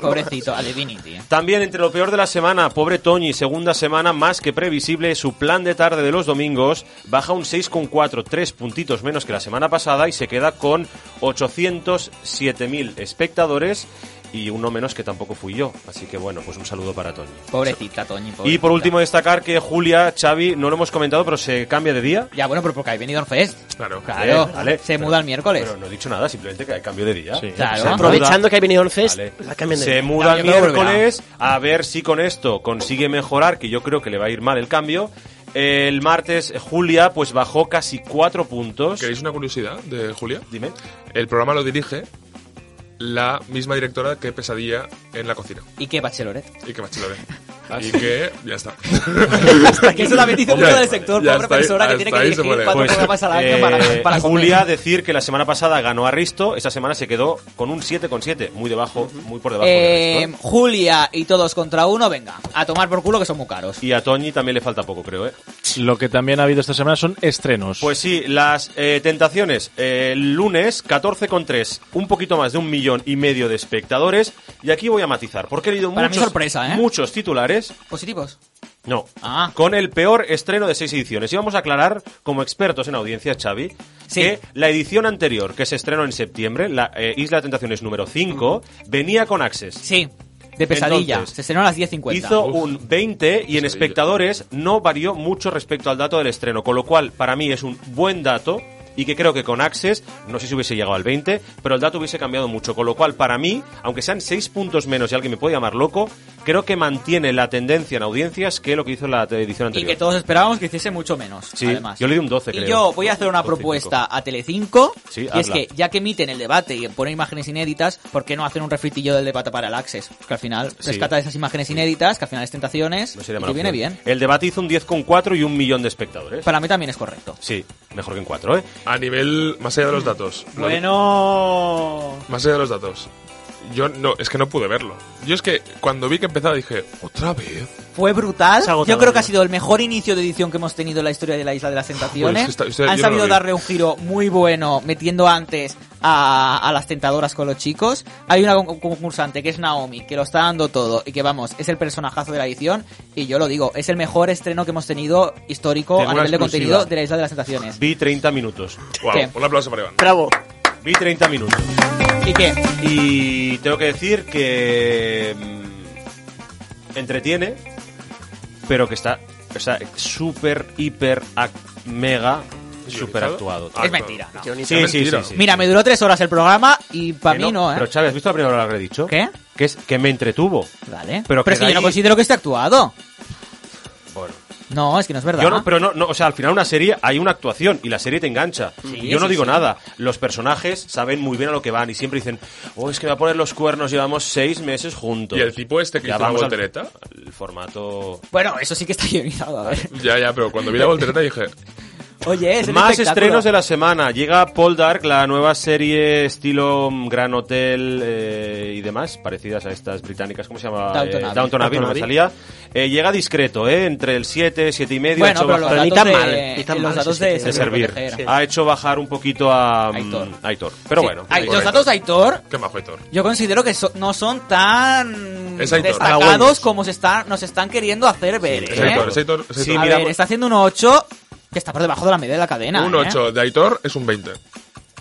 S4: Pobrecito, a Divinity. ¿eh?
S5: también entre lo peor de la semana, pobre Toñi, segunda semana más que previsible, su plan de tarde de los domingos baja un 6,4, tres puntitos menos que la semana pasada y se queda con 807.000 espectadores y uno menos que tampoco fui yo. Así que bueno, pues un saludo para Toñi.
S4: Pobrecita, Toñi. pobrecita.
S5: Y por último destacar que Julia, Xavi, no lo hemos comentado, pero se cambia de día.
S4: Ya, bueno, pero porque hay venido Fest.
S6: Claro.
S4: Claro,
S5: Vale, vale.
S4: se
S5: Pero-
S4: muda el miércoles.
S5: Pero no he dicho nada, simplemente que hay cambio de día.
S2: Sí.
S4: Claro.
S5: Se muda-
S3: aprovechando que ha venido el Fest,
S5: Vale.
S3: la cambian de
S5: Se
S3: día.
S5: muda
S4: Ya,
S5: el
S4: yo creo que
S5: miércoles, a ver si con esto consigue mejorar, que yo creo que le va a ir mal el cambio. El martes, Julia, pues bajó casi cuatro puntos.
S6: ¿Queréis una curiosidad de Julia?
S5: Dime.
S6: El programa lo dirige la misma directora que Pesadilla en la cocina.
S4: ¿Y qué, Bachelorette?
S6: Y que Bachelorette.
S5: Ah,
S6: y que ya está.
S4: que eso también dice mucho del sector,
S6: Ya
S4: pobre
S6: está ahí-
S4: persona que tiene
S6: hasta
S4: que
S6: ahí se
S4: dirigir
S6: muere.
S4: cuatro
S5: Pues,
S4: programas al año
S5: eh,
S4: para, para comer.
S5: Julia, decir que la semana pasada ganó a Risto, esta semana se quedó con un 7,7, muy debajo, muy por debajo de
S4: Eh,
S5: Risto.
S4: Julia y todos contra uno, venga, a tomar por culo que son muy caros.
S5: Y a Toñi también le falta poco, creo, ¿eh?
S2: lo que también ha habido esta semana son estrenos.
S5: Pues sí, las eh, tentaciones. Eh, El lunes, 14,3. Un poquito más de un millón y medio de espectadores. Y aquí voy a matizar, porque he leído
S4: Para mí
S5: muchos,
S4: sorpresa, ¿eh?
S5: muchos titulares.
S4: ¿Positivos?
S5: No.
S4: Ah.
S5: Con el peor estreno de seis ediciones. Y vamos a aclarar, como expertos en audiencia, Xavi,
S4: Sí.
S5: que la edición anterior, que se estrenó en septiembre, la eh, Isla de Tentaciones número 5, venía con Access.
S4: Sí, de pesadilla.
S5: Entonces,
S4: Se estrenó a las 10.50.
S5: Hizo un 20 y en
S6: Pesadilla.
S5: espectadores no varió mucho respecto al dato del estreno, con lo cual para mí es un buen dato y que creo que con Access, no sé si hubiese llegado al 20, pero el dato hubiese cambiado mucho, con lo cual para mí, aunque sean 6 puntos menos y alguien me puede llamar loco, creo que mantiene la tendencia en audiencias que lo que hizo la
S4: Y
S5: edición anterior.
S4: que todos esperábamos que hiciese mucho menos.
S5: Sí,
S4: además.
S5: yo le di un 12,
S4: Y
S5: creo.
S4: yo voy a hacer una
S5: 12,
S4: propuesta a Telecinco.
S5: Sí,
S4: y
S5: hazla.
S4: es que, ya que emiten el debate y ponen imágenes inéditas, ¿por qué no hacen un refritillo del debate para el Access? Porque al final rescata esas imágenes inéditas, que al final es tentaciones.
S5: No
S4: y
S5: sería mala
S4: que viene
S5: opción.
S4: bien.
S5: El debate hizo un 10,4 y un millón de espectadores.
S4: Para mí también es correcto.
S5: Sí, mejor que en 4, ¿eh?
S6: A nivel, más allá de los datos. lo-
S4: Bueno.
S6: Más allá de los datos. Yo no, es que no pude verlo. Yo es que cuando vi que empezaba dije, otra vez.
S4: Fue brutal.
S5: Es
S4: Yo
S5: agotador,
S4: creo que ha
S5: ¿no?
S4: sido el mejor inicio de edición que hemos tenido en la historia de la Isla de las Tentaciones.
S6: Pues está- está- yo
S4: Han
S6: no
S4: sabido
S6: lo vi.
S4: darle un giro muy bueno, metiendo antes a, a las tentadoras con los chicos. Hay una con- concursante que es Naomi, que lo está dando todo y que, vamos, es el personajazo de la edición. Y yo lo digo, es el mejor estreno que hemos tenido histórico
S5: Tengo
S4: a
S5: una
S4: nivel de
S5: exclusiva.
S4: contenido de la Isla de las Tentaciones.
S5: Vi 30 minutos.
S6: Wow,
S4: ¿Qué?
S6: un aplauso para Iván.
S3: Bravo.
S5: Vi 30 minutos.
S4: ¿Y qué?
S5: Y tengo que decir que mm, entretiene, pero que está o sea, súper, hiper, ac- mega, súper actuado.
S6: Ah,
S4: Es mentira. no.
S3: Johnny
S5: Sí, sí, sí,
S6: mentira.
S5: sí.
S4: Mira, me duró tres horas el programa y para
S5: Que
S4: mí no,
S5: Pero
S4: ¿eh?
S5: Xavi, ¿has visto la primera hora que he dicho?
S4: ¿Qué?
S5: Que, es, que me entretuvo.
S4: Vale.
S5: pero
S4: Pero,
S5: que
S4: es que
S5: de
S4: yo no
S5: ahí-
S4: considero que esté actuado.
S5: Bueno.
S4: No, es que no es verdad.
S5: Yo no, pero no, no, o sea, al final una serie hay una actuación y la serie te engancha.
S4: Sí,
S5: Yo no
S4: sí,
S5: digo
S4: sí.
S5: nada. Los personajes saben muy bien a lo que van y siempre dicen, oh, es que me va a poner los cuernos, llevamos seis meses juntos.
S6: ¿Y el tipo este que
S5: Ya
S6: hizo la
S5: vamos al-
S6: voltereta?
S5: El formato...
S4: Bueno, eso sí que está guionizado, a ver.
S6: Ya, ya, pero cuando vi la voltereta dije,
S4: Oye, es un
S5: Más
S4: espectáculo.
S5: estrenos de la semana. Llega Paul Dark, la nueva serie estilo mm, Gran Hotel eh, y demás, parecidas a estas británicas. ¿Cómo se llama?
S4: Downton
S5: Eh,
S4: Abbey.
S5: Downton Abbey, no me
S3: Abbey.
S5: salía. Eh, llega discreto, ¿eh? Entre el 7, 7 y medio,
S4: Bueno,
S5: 8
S4: pero los
S3: Pero
S4: datos
S3: ni tan
S4: de, eh,
S3: mal, ni tan
S4: los
S3: mal,
S4: datos
S3: sí,
S4: de,
S3: sí,
S5: de servir.
S4: Proteger.
S5: Ha hecho bajar un poquito a mm,
S4: Aitor.
S5: Aitor. Pero
S4: Sí.
S5: bueno.
S4: Ay,
S5: sí.
S4: los datos de Aitor
S6: Qué majo, Hitor.
S4: yo considero que so- no son tan
S6: Es Aitor.
S4: destacados
S3: Halagüeños. como
S4: como se están, nos están queriendo hacer ver.
S6: Es
S4: ¿eh?
S6: Aitor, es Aitor, es
S5: Sí,
S6: Aitor.
S4: A
S5: mira,
S4: ver, está haciendo un 8 que está por debajo de la media de la cadena.
S6: un
S4: ¿eh?
S6: 8 de Aitor es un 20.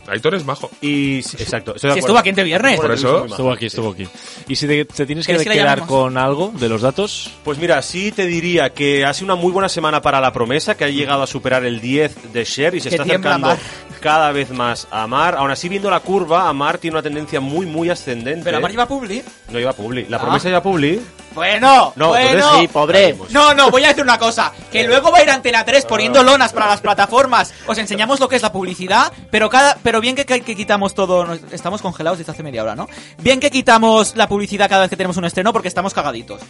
S6: Aitor es majo.
S5: Y, sí, exacto. estoy de
S4: Si
S5: acuerdo.
S4: estuvo aquí entre viernes.
S6: Por eso-
S5: Muy majo.
S2: Estuvo aquí, estuvo aquí. Y si te, te tienes que,
S4: ¿Quieres que le
S2: quedar
S4: llamemos?
S2: con algo de los datos,
S5: Pues mira, sí te diría que ha sido una muy buena semana para la promesa, que ha llegado a superar el 10 de share y se
S4: Que
S5: está
S4: tiembla
S5: acercando
S4: Mar.
S5: cada vez más a Mar. Aún así, viendo la curva, Amar tiene una tendencia muy, muy ascendente. ¿eh?
S4: Pero Amar lleva Publi.
S5: No lleva Publi. La
S4: Ah.
S5: promesa lleva Publi.
S4: Bueno, bueno.
S5: No,
S4: pues,
S5: entonces
S3: Sí, pobre.
S4: No, no, voy a decir una cosa, que luego va a ir Antena 3
S5: Ah,
S4: poniendo lonas para las plataformas. Os enseñamos lo que es la publicidad, pero cada pero bien que, que- que quitamos todo, nos- estamos congelados desde hace media hora, ¿no? Bien que quitamos la publicidad cada vez que tenemos un estreno porque estamos cagaditos.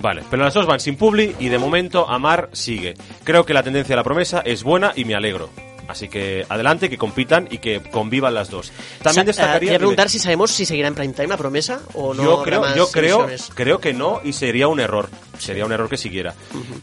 S5: Vale, pero las dos van sin Publi y de momento Amar sigue. Creo que la tendencia de la promesa es buena y me alegro. Así que adelante, que compitan y que convivan las dos. También
S3: Sa- eh,
S5: destacaría...
S3: quería preguntar si sabemos si seguirá en prime time la promesa o no.
S5: yo
S3: habrá
S5: creo,
S3: más
S5: yo creo,
S3: emisiones.
S5: creo que no y sería un error. Sería un error que siguiera.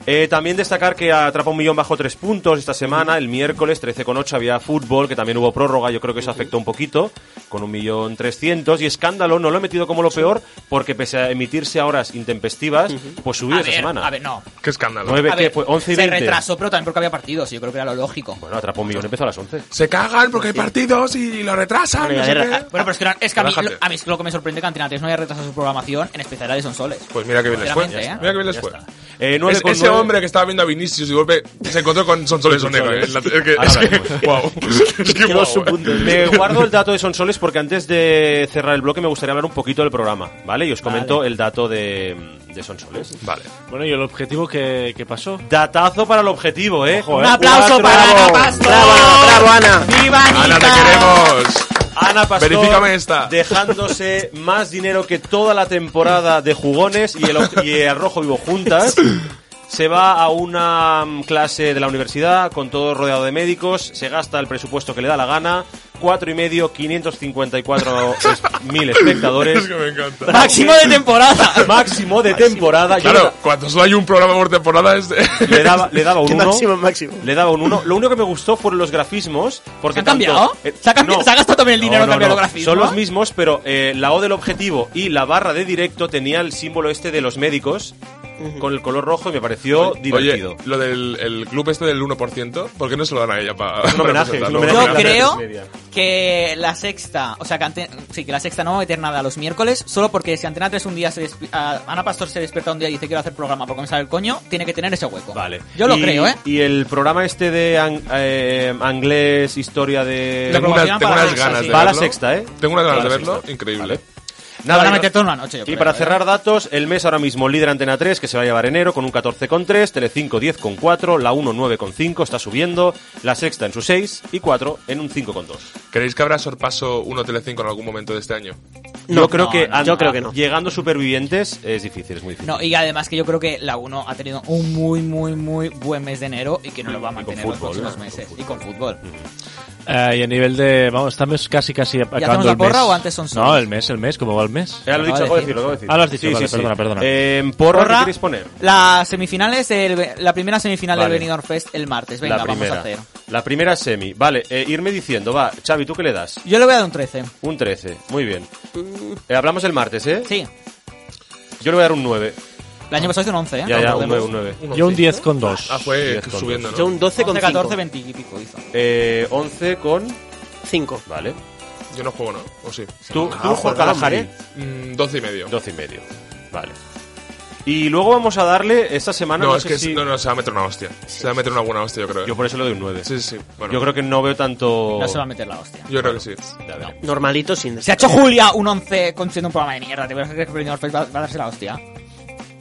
S5: Eh, también destacar que atrapa un millón bajo tres puntos esta semana. El miércoles 13,8 había fútbol, que también hubo prórroga. Yo creo que eso afectó un poquito, con un millón trescientos. Y escándalo, no lo he metido como lo peor, porque pese a emitirse a horas intempestivas, pues subió
S4: a
S5: esta
S4: ver,
S5: semana.
S4: a ver, no.
S6: Qué escándalo.
S5: Nueve,
S4: A
S5: ¿qué
S4: ver,
S5: fue? 11 y
S4: se
S5: 20.
S4: retrasó, pero también porque había partidos, y yo creo que era lo lógico.
S5: Bueno, atrapa un millón, empezó a las 11.
S6: Se cagan porque hay partidos y lo retrasan.
S3: Bueno,
S6: no
S3: a
S6: sé
S3: ver,
S6: qué.
S3: a-
S4: Bueno, pero es que, era- es que a, mí,
S6: Relájate.
S4: lo- a mí es que lo que me sorprende que Antena 3 no haya retrasado su programación, en especial la de Sonsoles.
S6: Pues mira que bien les fue.
S4: Claramente, ¿eh?
S6: Mira que bien les fue.
S5: Eh, nueve
S6: Es-
S5: con
S6: ese
S5: nueve.
S6: hombre que estaba viendo a Vinicius y de golpe se encontró con Sonsoles Onega. ¿eh? La- Es que,
S5: Ahora
S6: es
S5: veremos.
S6: que, wow. Es que
S3: Quedó
S6: guau,
S3: su
S6: eh.
S3: punto.
S5: Me guardo el dato de Sonsoles porque antes de cerrar el bloque me gustaría hablar un poquito del programa, ¿vale? Y os comento el dato de, de Sonsoles.
S6: Vale.
S2: bueno, y el objetivo que, que pasó.
S5: Datazo para el objetivo, ¿eh?
S2: Ojo,
S4: Un
S2: eh.
S4: aplauso
S5: Cuatro.
S4: para Ana Pastor.
S3: Bravo, Ana, bravo, Ana.
S4: ¡Viva
S6: Ana, te
S4: Anita!
S6: queremos.
S5: Ana Pastor
S6: Verifícame esta.
S5: dejándose más dinero que toda la temporada de jugones y el, y el rojo vivo juntas. Se va a una mm, clase de la universidad con todo rodeado de médicos, se gasta el presupuesto que le da la gana, cuatro y medio, 554 es- mil espectadores,
S6: Es que me encanta.
S4: Máximo de temporada.
S5: máximo de temporada. Yo
S6: Claro, cuando solo hay un programa por temporada es...
S5: le daba, le daba un
S3: Que
S5: uno.
S3: máximo, máximo.
S5: Le daba un 1. Lo único que me gustó fueron los grafismos. Porque
S4: ¿Se han cambiado?
S5: Eh,
S4: ¿Se ha cambi- se ha gastado también el dinero en cambiar los grafismos?
S5: Son los mismos, pero eh, la O del objetivo y la barra de directo tenía el símbolo este de los médicos con el color rojo y me pareció divertido.
S6: Oye, lo del el club este del 1%, ¿por qué no se lo dan a ella para
S5: un homenaje, es un homenaje.
S4: Yo
S5: Media.
S4: creo
S5: Media.
S4: que la sexta, o sea, que ante- sí, que la sexta no va a meter nada los miércoles, solo porque si Antena 3 un día se despi- a- Ana Pastor se despierta un día y dice quiero hacer programa por comenzar el coño, tiene que tener ese hueco.
S5: Vale.
S4: Yo lo
S5: Y-
S4: creo, ¿eh?
S5: Y el programa este de ang- eh, inglés, historia de.
S6: Tengo,
S4: Promocionan
S6: unas- tengo
S4: para
S6: unas
S4: la sexta,
S6: ganas
S4: sí.
S6: de
S5: Va a la
S6: verlo.
S5: sexta, ¿eh?
S6: Tengo unas ganas
S5: Va a
S6: de
S5: la
S6: verlo,
S5: sexta.
S6: increíble.
S5: Vale.
S4: Lo van a
S5: yo-
S4: meter toda una noche, yo
S5: Y
S4: creo,
S5: para
S4: ¿eh?
S5: cerrar datos, el mes ahora mismo líder Antena 3, que se va a llevar enero con un 14,3, Telecinco 10,4, la 1 9,5, está subiendo, la sexta en su 6 y 4 en un 5,2.
S6: ¿Creéis que habrá sorpaso 1 Telecinco en algún momento de este año?
S5: yo creo
S4: no,
S5: que
S4: no.
S5: an-
S3: Yo creo que no.
S5: llegando supervivientes es difícil, es muy difícil. Eh,
S4: No, y además que yo creo que la 1 ha tenido un muy, muy, muy buen mes de enero y que no lo va a
S5: Y con
S4: mantener
S5: fútbol,
S4: los próximos
S5: ¿eh?
S4: meses.
S5: Con Mm.
S4: Y con fútbol.
S2: Eh, y a nivel de. Vamos, estamos casi, casi
S4: hacemos
S2: acabando
S4: la
S2: el mes.
S4: porra o antes son solos?
S2: No, el mes, el mes, ¿cómo va el mes?
S5: Ya
S4: Acaba
S5: lo he dicho,
S4: de
S5: acabo de
S4: decir.
S5: decirlo, acabo de decirlo.
S2: Ah, lo has dicho, vale, perdona, perdona.
S5: Eh, porra, ¿qué
S4: Porra, Pues
S5: queréis poner?
S4: Las semifinales, del- la primera semifinal
S5: Vale.
S4: del Benidorm Fest el martes. Venga,
S5: la
S4: vamos
S5: primera.
S4: a hacer.
S5: La primera semi. Vale, eh, irme diciendo, va, Xavi, ¿tú qué le das?
S4: Yo le voy a dar un 13.
S5: Un 13, muy bien. Eh, hablamos el martes, ¿eh?
S4: Mm. Sí.
S5: Yo le voy a dar un 9.
S4: El año pasado hizo un 11, ¿eh?
S5: Ah. Ya, ya, un
S4: Recordemos.
S5: 9, un 9.
S2: Yo un 10 con 2.
S6: Ah, fue
S5: Diez con
S6: subiendo,
S3: Yo
S6: ¿no?
S3: un 12 con
S4: 11, 14,
S3: 5.
S4: 20 y pico hizo.
S5: Eh, 11 con...
S3: 5.
S5: Vale.
S6: Yo no juego, ¿no? ¿O sí?
S5: Tú,
S3: Ah,
S5: tú
S3: joder,
S5: por Kalahari,
S3: hombre.
S6: Mm, 12 y medio.
S5: 12 y medio. Vale. Y luego vamos a darle esta semana.
S6: No,
S5: Ah, no
S6: es
S5: sé
S6: que
S5: si-
S6: no, no, se va a meter una hostia. Se va a meter una buena hostia, yo creo. ¿eh?
S5: Yo por eso le doy un 9.
S6: Sí, sí, sí. Bueno,
S5: Yo creo que no veo tanto.
S4: No se va a meter la hostia.
S6: yo creo que sí.
S5: Ya veremos.
S3: Normalito sin.
S4: Se ha hecho Julia un 11 con siendo un programa de mierda. Te voy a creer que el Benidorm Fest va, va a darse la hostia.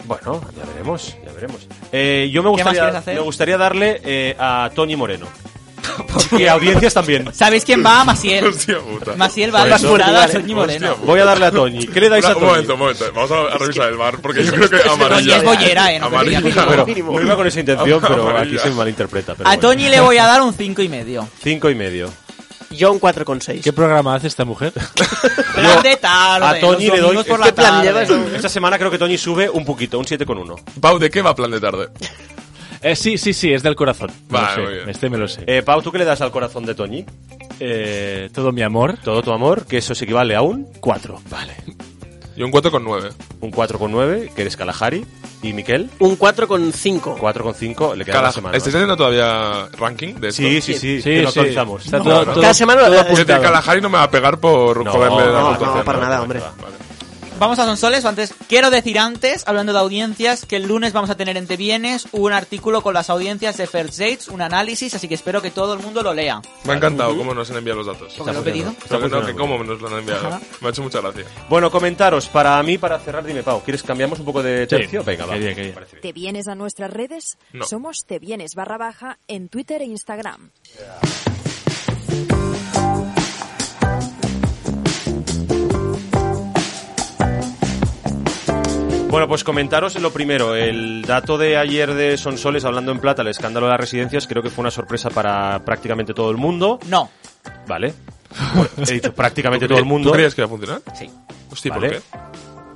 S5: Bueno, ya veremos, ya veremos. Eh, yo me
S4: más
S5: gustaría,
S4: quieres hacer?
S5: me gustaría darle eh, a Tony Moreno. Y audiencias también.
S4: ¿Sabéis quién va? Maciel.
S6: Hostia puta.
S4: Maciel va a
S6: Por
S4: la
S6: eso-
S4: disputada a
S5: Pues Hostia,
S4: Soñi Moreno.
S6: puta.
S5: Voy a darle a Toñi. ¿Qué le dais
S6: Una-
S5: a
S6: un
S5: Toñi?
S6: momento, un momento. Vamos a, a revisar el bar porque yo creo que
S4: Toñi
S6: amarilla.
S4: es bollera, eh, no
S6: amarilla.
S4: te digas.
S5: Bueno,
S3: mínimo.
S5: no iba con esa intención, pero
S6: Amarilla.
S5: aquí se malinterpreta. pero
S4: A
S5: pues bueno.
S4: Toñi le voy a dar un cinco y medio.
S5: Cinco y medio.
S3: Yo un 4,6.
S2: ¿Qué programa hace esta mujer?
S4: Plan de tarde.
S5: a Toñi
S4: los
S5: le doy.
S4: domingos por
S5: ¿Qué
S4: la
S5: plan
S4: tarde.
S3: llevas?
S5: Esta semana creo que Toñi sube un poquito, un 7,1.
S6: Pau, ¿de qué va plan de tarde?
S2: Eh, sí, sí, sí, es del corazón. Me lo
S6: Vale,
S2: sé,
S6: muy bien.
S2: Este me lo sé.
S5: Eh, Pau, ¿tú qué le das al corazón de Toñi?
S2: Eh, todo mi amor,
S5: Todo tu amor, que eso se equivale a un 4. Vale.
S6: Yo un 4,9.
S5: Un 4,9, que eres Kalahari. Y Miquel,
S3: Un 4,5.
S5: 4,5, le queda
S6: Cada
S5: la semana.
S6: ¿Estáis haciendo todavía ranking ¿este de esto? Pues
S5: Sí, sí, sí,
S2: Sí,
S5: que lo
S2: sí.
S5: actualizamos.
S2: Está
S5: No,
S2: todo-
S5: no.
S2: todo-
S3: Cada semana
S2: todo
S3: eh,
S6: Es decir,
S2: apuntado.
S6: Kalahari no me va a pegar por
S5: No,
S6: joderle la
S5: no,
S6: puntuación,
S3: no, para nada, hombre.
S6: Vale.
S4: Vamos a Sonsoles, o antes quiero decir antes, hablando de audiencias, que el lunes vamos a tener entre bienes un artículo con las audiencias de First Dates, un análisis, así que espero que todo el mundo lo lea.
S6: Me ha encantado cómo nos han enviado los datos.
S4: ¿Por qué lo he pedido?
S5: Está
S6: No, no,
S5: funcionando.
S6: que cómo nos lo han enviado.
S4: Ajá.
S6: Me ha hecho mucha gracia.
S5: Bueno, comentaros, para mí, para cerrar, dime, Pau, ¿quieres cambiamos un poco de
S2: Sí.
S5: tercio? Venga, va.
S2: Quería, quería.
S5: Parece bien.
S1: ¿Te vienes a nuestras redes?
S6: No.
S1: Somos Te vienes barra baja en Twitter e Instagram.
S5: Bueno, pues comentaros lo primero. El dato de ayer de Sonsoles hablando en plata, el escándalo de las residencias, creo que fue una sorpresa para prácticamente todo el mundo.
S4: No,
S5: Vale. He dicho prácticamente
S6: ¿Tú
S5: todo el
S6: cre-
S5: mundo.
S6: ¿Tú creías que iba a funcionar?
S4: sí.
S6: Hostia, ¿por
S5: Vale.
S6: qué?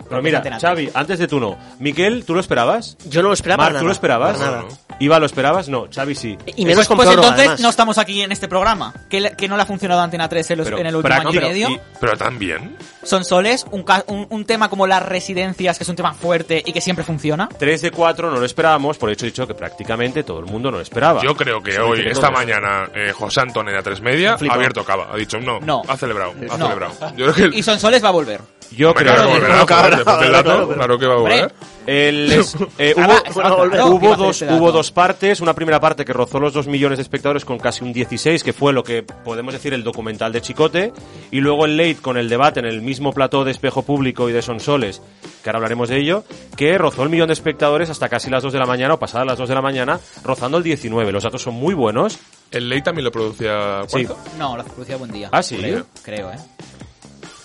S5: Pero mira,
S4: Antes.
S5: Xavi, antes de tú no. Miquel, ¿tú lo esperabas?
S3: Yo no lo esperaba.
S5: Marc,
S3: para
S5: ¿tú lo
S3: nada.
S5: esperabas?
S3: Para
S6: No,
S3: nada.
S6: no.
S5: Iba, ¿lo esperabas? No, Xavi sí.
S3: Y menos con
S4: pues
S3: prórroga,
S4: entonces
S3: además.
S4: no estamos aquí en este programa, que, le- que no le ha funcionado Antena 3 en, los-
S5: Pero
S4: en el último año y
S5: práctico-
S4: medio.
S5: y-
S6: Pero también.
S4: Sonsoles, un, ca- un, un tema como las residencias, que es un tema fuerte y que siempre funciona.
S5: 3 de 4 no lo esperábamos, por hecho he dicho que prácticamente todo el mundo no lo esperaba.
S6: Yo creo que
S5: Sí,
S6: hoy,
S5: creo
S6: esta
S5: que-
S6: mañana, eh, José Antonio en la 3 media
S5: Flipa. Eh,
S6: ha abierto cava. Ha dicho, no,
S4: No.
S6: ha celebrado, ha
S4: No.
S6: celebrado. Yo creo que...
S4: Y Sonsoles va a volver.
S5: Yo
S6: Hombre,
S5: creo
S6: claro,
S5: que-
S6: volverá, joder, después del dato, claro que va a
S4: Hombre,
S6: volver.
S5: El es- eh,
S4: Ah, va,
S5: hubo,
S4: bueno, volver.
S5: hubo
S4: ¿Qué va a hacer
S5: dos,
S4: este dato?
S5: hubo dos partes. Una primera parte que rozó los 2 millones de espectadores con casi un 16, que fue lo que podemos decir el documental de Chicote. Y luego el late con el debate en el mismo plató de espejo público y de Sonsoles, que ahora hablaremos de ello, que rozó el millón de espectadores hasta casi las 2 de la mañana o pasadas las 2 de la mañana, rozando el 19. Los datos son muy buenos.
S6: El Ley también lo producía
S5: Sí.
S6: Cuarzo.
S4: No, la producía Buen Día.
S5: Ah, ¿sí?
S4: Creo, creo, eh.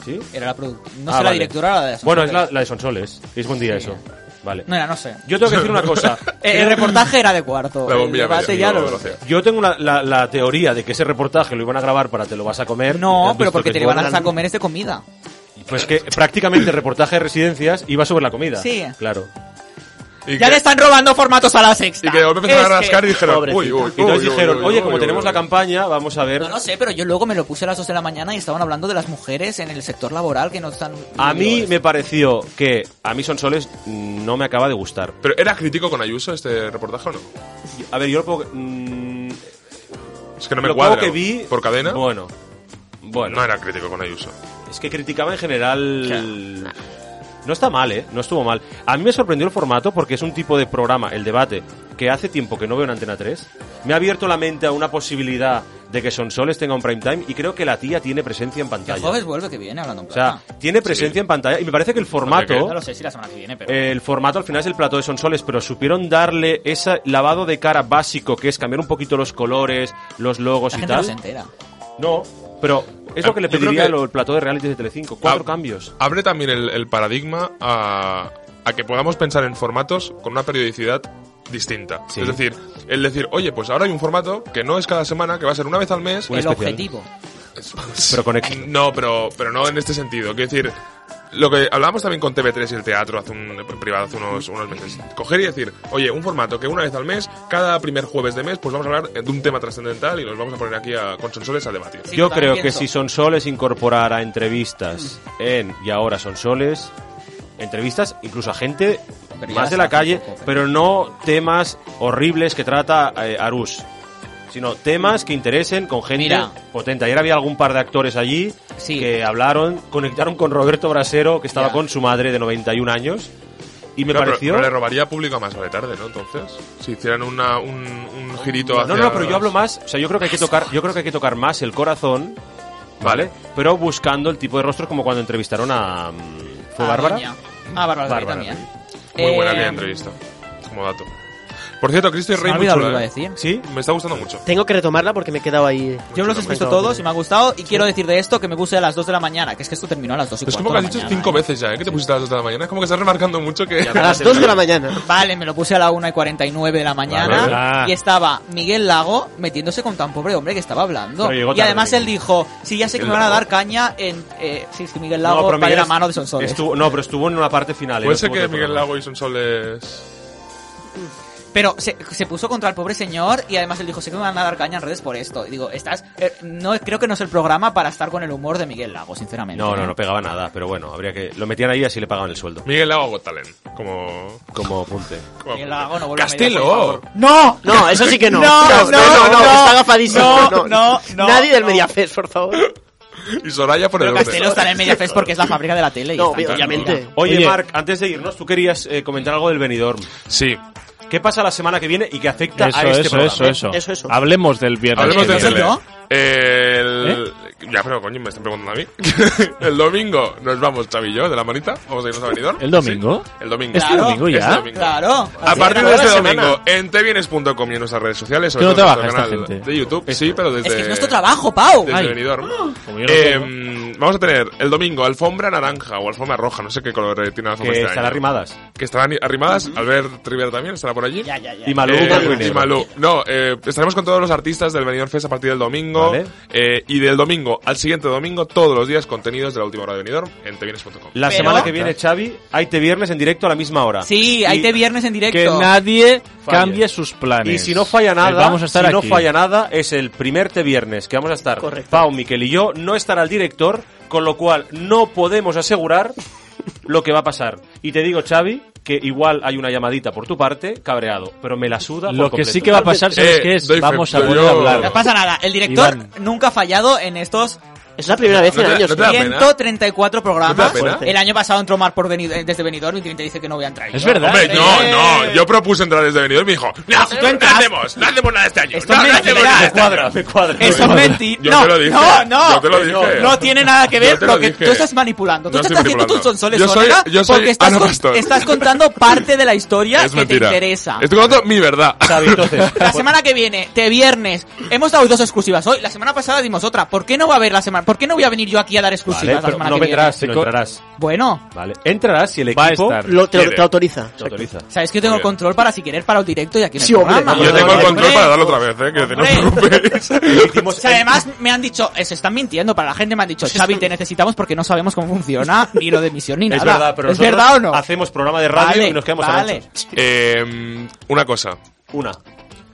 S5: ¿Sí?
S4: Era la produ- No
S5: Ah,
S4: sé la
S5: vale.
S4: directora o la de Sonsoles.
S5: Bueno, es la, la de Sonsoles. Es buen día
S4: Sí.
S5: eso. Vale.
S4: No era, no sé.
S5: Yo tengo que decir una cosa.
S4: Eh, el reportaje era de cuarto.
S6: La bombilla
S4: el debate
S6: media,
S4: ya
S6: no,
S4: lo...
S6: lo hacía.
S5: Yo tengo una- la, la teoría de que ese reportaje lo iban a grabar para Te lo vas a comer. ¿Has
S4: No,
S5: visto
S4: pero porque
S5: que
S4: te
S5: es
S4: lo iban a
S5: bueno?
S4: hacer comer es de comida.
S5: Pues que prácticamente el reportaje de residencias iba sobre la comida.
S4: Sí.
S5: Claro.
S6: Y
S4: Ya
S6: que-
S4: le están robando formatos a la sexta.
S6: Y que volvió a empezar
S4: Es
S6: a rascar
S4: que-
S6: y dijeron, uy,
S3: Pobrecita.
S6: uy, uy,
S5: Y entonces
S6: uy,
S5: dijeron,
S6: uy,
S5: oye,
S6: uy,
S5: como
S6: uy,
S5: tenemos
S6: uy,
S5: la
S6: uy".
S5: campaña, vamos a ver.
S4: No lo sé, pero yo luego me lo puse a las 2 de la mañana y estaban hablando de las mujeres en el sector laboral que no están...
S6: Ah,
S5: A mí me pareció que a mí Sonsoles mm, no me acaba de gustar.
S6: ¿Pero era crítico con Ayuso este reportaje o no?
S5: A ver, yo lo puedo... mm,
S6: Es que no me
S5: lo poco
S6: cuadra.
S5: que vi...
S6: ¿Por cadena?
S5: Bueno. Bueno.
S6: No era crítico con Ayuso.
S5: Es que criticaba en general. No está mal, ¿eh? No estuvo mal. A mí me sorprendió el formato porque es un tipo de programa, el debate, que hace tiempo que no veo en Antena 3. Me ha abierto la mente a una posibilidad de que Sonsoles tenga un prime time y creo que la tía tiene presencia en
S4: Que
S5: pantalla.
S4: Joves vuelve que viene hablando en
S5: O
S4: plata.
S5: sea, tiene presencia en pantalla y me parece que el
S6: Hombre,
S5: formato...
S4: Ah, no lo sé si la semana que viene, pero...
S5: Eh, el formato al final es el plato de Sonsoles, pero supieron darle ese lavado de cara básico que es cambiar un poquito los colores, los logos
S4: la
S5: y
S4: gente no se
S5: tal.
S4: entera.
S5: No, pero es lo que le
S6: Ah, Yo creo
S5: pediría
S6: que- Ah,
S5: lo- el plato de reality de Telecinco. Cuatro
S6: Ab-
S5: cambios.
S6: Abre también el, el paradigma a, a que podamos pensar en formatos con una periodicidad distinta.
S5: Sí.
S6: Es decir, el decir, oye, pues ahora hay un formato que no es cada semana, que va a ser una vez al mes.
S4: El
S5: especial.
S4: objetivo.
S5: Pero con éxito.
S6: No, pero, pero no en este sentido. Quiero decir, lo que hablábamos también con TV3 y el teatro hace un, en privado hace unos, unos meses. Coger y decir, oye, un formato que una vez al mes, cada primer jueves de mes, pues vamos a hablar de un tema trascendental y nos vamos a poner aquí a, con Sonsoles a debatir.
S4: Sí,
S5: Yo
S4: yo también
S5: creo que
S4: pienso.
S5: si Sonsoles incorporara entrevistas en Y ahora Sonsoles, entrevistas incluso a gente
S4: Pero ya
S5: más de la
S4: está, ¿eh?
S5: calle,
S4: tampoco,
S5: pero no temas horribles que trata eh, Arús, sino temas que interesen con gente
S4: Mira.
S5: potente. Ayer había algún par de actores allí
S4: Sí.
S5: que hablaron, conectaron con Roberto Brasero, que estaba
S4: Ya.
S5: con su madre de 91 años, y me
S6: No, pero-
S5: pareció...
S6: Pero, le robaría público a más de tarde, ¿no? Entonces, si hicieran una, un, un girito hacia...
S5: No, no, pero yo hablo más, o sea, yo creo que hay que tocar, yo creo que hay que tocar más el corazón, ¿vale?
S6: Vale.
S5: Pero buscando el tipo de rostro como cuando entrevistaron a mm, fue
S4: A
S5: Bárbara.
S4: Doña. Ah, Bárbara, Rey
S5: Bárbara
S4: también.
S6: Muy buena
S4: Eh,
S6: aquella entrevista, como dato. Por cierto, Cristo y
S4: Se me
S6: Rey,
S4: ha
S6: muy
S4: olvidado lo que
S6: chula,
S4: iba a
S6: ¿eh?
S4: decir.
S2: ¿Sí?
S6: Me está gustando mucho.
S3: Tengo que retomarla porque me he quedado ahí.
S4: Yo me los he visto todos y me ha gustado. Y quiero decir de esto que me puse a las 2 de la mañana, que es que esto terminó a las 2 y
S6: Es
S4: cuarto
S6: como
S4: de
S6: que
S4: la
S6: has dicho
S4: mañana,
S6: cinco
S4: ¿eh?
S6: veces ya, ¿eh? Que te pusiste a las dos de la mañana. Es como que estás remarcando mucho que...
S3: A las 2 de la mañana.
S4: Vale, me lo puse a la 1 y 49 de la mañana
S2: Vale, vale.
S4: y estaba Miguel Lago metiéndose con tan pobre hombre que estaba hablando.
S5: Pero llegó
S4: Y además
S5: tarde.
S4: él dijo, sí, ya sé que me
S5: Miguel
S4: van a dar
S5: Lago.
S4: caña en... Eh, sí, es que Miguel Lago para la mano de Sonsoles.
S5: Estuvo, no, pero estuvo en una parte final. ¿eh?
S6: Puede
S5: No
S6: ser
S5: estuvo
S6: que
S5: en el
S6: Miguel
S5: programa.
S6: Lago y Sonsoles...
S4: Pero se, se puso contra el pobre señor y además él dijo, sé que me van a dar caña en redes por esto. Y digo, estás... eh, no, creo que no es el programa para estar con el humor de Miguel Lago, sinceramente.
S5: No, no, no pegaba nada, pero bueno, habría que. Lo metían ahí y así le pagaban el sueldo.
S6: Miguel Lago Got Talent. Como...
S5: Como apunte.
S6: como-
S4: Miguel Lago no vuelve a mediar, por
S6: ¡Castelo!
S4: favor.
S3: No, no, eso sí que no.
S4: No,
S3: Ostras,
S4: no, no,
S3: está agafadísimo.
S4: no, no, no,
S3: Nadie del
S4: no.
S3: Mediafest, por favor.
S6: Y Soraya por el
S4: Pero
S6: orden.
S4: Castelo está en el Mediafest porque es la fábrica de la tele. y
S3: No,
S4: está en
S3: obviamente.
S4: Mira.
S5: Oye,
S2: Oye.
S5: Marc, antes de irnos, tú querías eh, comentar algo del Benidorm.
S6: Sí.
S5: ¿Qué pasa la semana que viene y que afecta
S2: Eso,
S5: a este
S2: eso,
S5: programa?
S2: eso, eso,
S3: Eso, eso.
S2: Hablemos ¿Eh? del viernes.
S6: Hablemos
S2: que
S6: de
S4: ¿Soy
S2: viene.
S6: tele.
S4: yo?
S6: El... Ya, pero coño, me están preguntando a mí. el domingo nos vamos, Xavi y yo, de la manita. Vamos a irnos a Benidorm.
S2: ¿El domingo?
S6: Sí, el domingo.
S2: ¿Este
S4: Claro,
S2: domingo
S6: este
S2: ya?
S6: domingo.
S4: Claro.
S6: A
S3: Así
S6: partir
S3: acabó
S6: de
S3: la
S6: este
S3: semana.
S6: domingo, en tvbienes.com y en nuestras redes sociales. sobre
S2: Que no
S6: todo en
S2: trabaja
S6: nuestro
S2: esta
S6: canal
S2: gente.
S6: De YouTube, sí, pero desde...
S4: Es que es nuestro trabajo, Ah. Pau.
S6: Desde
S2: Ay.
S6: Benidorm.
S2: Como yo no tengo.
S6: Em, vamos a tener el domingo alfombra naranja o alfombra roja, no sé qué color tiene la alfombra
S5: Que
S6: este
S5: estarán
S6: año.
S5: rimadas.
S6: Que estarán arrimadas. Albert Rivera también estará por allí.
S4: Ya, ya, ya.
S5: Y Malú,
S6: Eh,
S5: Malú y
S6: y
S5: Negro.
S6: Malú. No, eh, estaremos con todos los artistas del Benidorm Fest a partir del domingo.
S5: Vale.
S6: Eh, y del domingo al siguiente domingo, todos los días contenidos de la última hora de Benidorm en tvienes.com.
S5: La
S4: Pero-
S5: semana que viene, Xavi, hay te viernes en directo a la misma hora.
S4: Sí, ahí te viernes en directo.
S2: Que nadie
S5: Falle.
S2: cambie sus planes.
S5: Y si no falla
S2: Eh,
S5: nada,
S2: Vamos a estar
S5: si no
S2: aquí.
S5: falla nada, es el primer te viernes que vamos a estar.
S3: Correcto.
S5: Pau, Miquel y yo no estará el director, con lo cual no podemos asegurar lo que va a pasar. Y te digo, Xavi, que igual hay una llamadita por tu parte, cabreado, pero me la suda. por
S2: Lo que
S5: completo.
S2: sí que va a pasar, ¿sabes
S6: Eh,
S2: qué es?
S6: doy fe,
S2: Vamos a
S6: yo-
S2: volver a hablar.
S4: No pasa nada. El director
S2: Iván.
S4: nunca ha fallado en estos
S3: Es la primera vez en
S6: No te-
S3: años.
S6: no te
S3: ¿eh?
S6: da pena?
S4: 134
S6: ¿No
S4: programas.
S6: te da pena?
S4: El año pasado entró Mar por Benid- eh, desde Benidorm y Trinity dice que no voy a entrar.
S2: Es verdad.
S6: Hombre, no,
S4: Eh.
S6: no. Yo propuse entrar desde Benidorm y me dijo, no,
S4: Si tú
S6: no
S4: entras-
S6: hacemos, no hacemos nada este año.
S4: Esto
S6: No, no
S4: es
S6: hacemos
S4: mentira.
S6: nada
S5: Me
S6: este año.
S5: cuadra, me cuadra.
S4: Eso es
S6: Yo-
S4: mentira.
S6: yo
S4: No,
S6: te lo dije.
S4: no, no.
S6: Yo te lo dije.
S4: No tiene nada que ver
S6: Yo te
S4: lo,
S6: lo
S4: que
S6: dije.
S4: tú estás manipulando. Tú
S6: No
S4: te
S6: estoy
S4: estás haciendo tus
S6: manipulando.
S4: sonsoles
S6: Yo soy-
S4: Ortega
S6: yo soy
S4: porque estás,
S6: Ana
S4: con-
S6: Pastor.
S4: estás contando parte de la historia
S6: Es
S4: que
S6: mentira.
S4: te interesa.
S6: Estoy contando mi verdad.
S5: Xavi, entonces,
S4: La semana que viene, te viernes, hemos dado dos exclusivas hoy. La semana pasada dimos otra. ¿Por qué no va a haber la semana? ¿Por qué no voy a venir yo aquí a dar
S5: Vale,
S4: exclusivas la
S5: pero
S4: semana
S5: no
S4: que viene?
S5: vendrás, no entrarás.
S4: Bueno,
S5: Vale. Entrarás si el
S2: Va a
S5: equipo
S2: estar.
S3: Lo- te,
S6: Quiere.
S3: te autoriza.
S5: te autoriza.
S4: sabes que yo tengo
S6: Muy bien.
S4: control para si querer para el directo y aquí en el
S3: Sí, hombre,
S4: programa.
S3: no,
S6: Yo tengo el
S4: Hombre,
S6: control para darlo otra vez, eh. Que no os
S4: hombre.
S6: preocupéis.
S4: O sea, además me han dicho, eh, se están mintiendo para la gente, me han dicho, Xavi, te necesitamos porque no sabemos cómo funciona ni lo de misión ni nada.
S5: Es verdad, pero
S4: ¿Es
S5: nosotros
S4: verdad o no?
S5: hacemos programa de radio
S4: Vale,
S5: y nos quedamos a
S4: vale.
S5: anchos.
S6: Eh, una cosa.
S5: Una.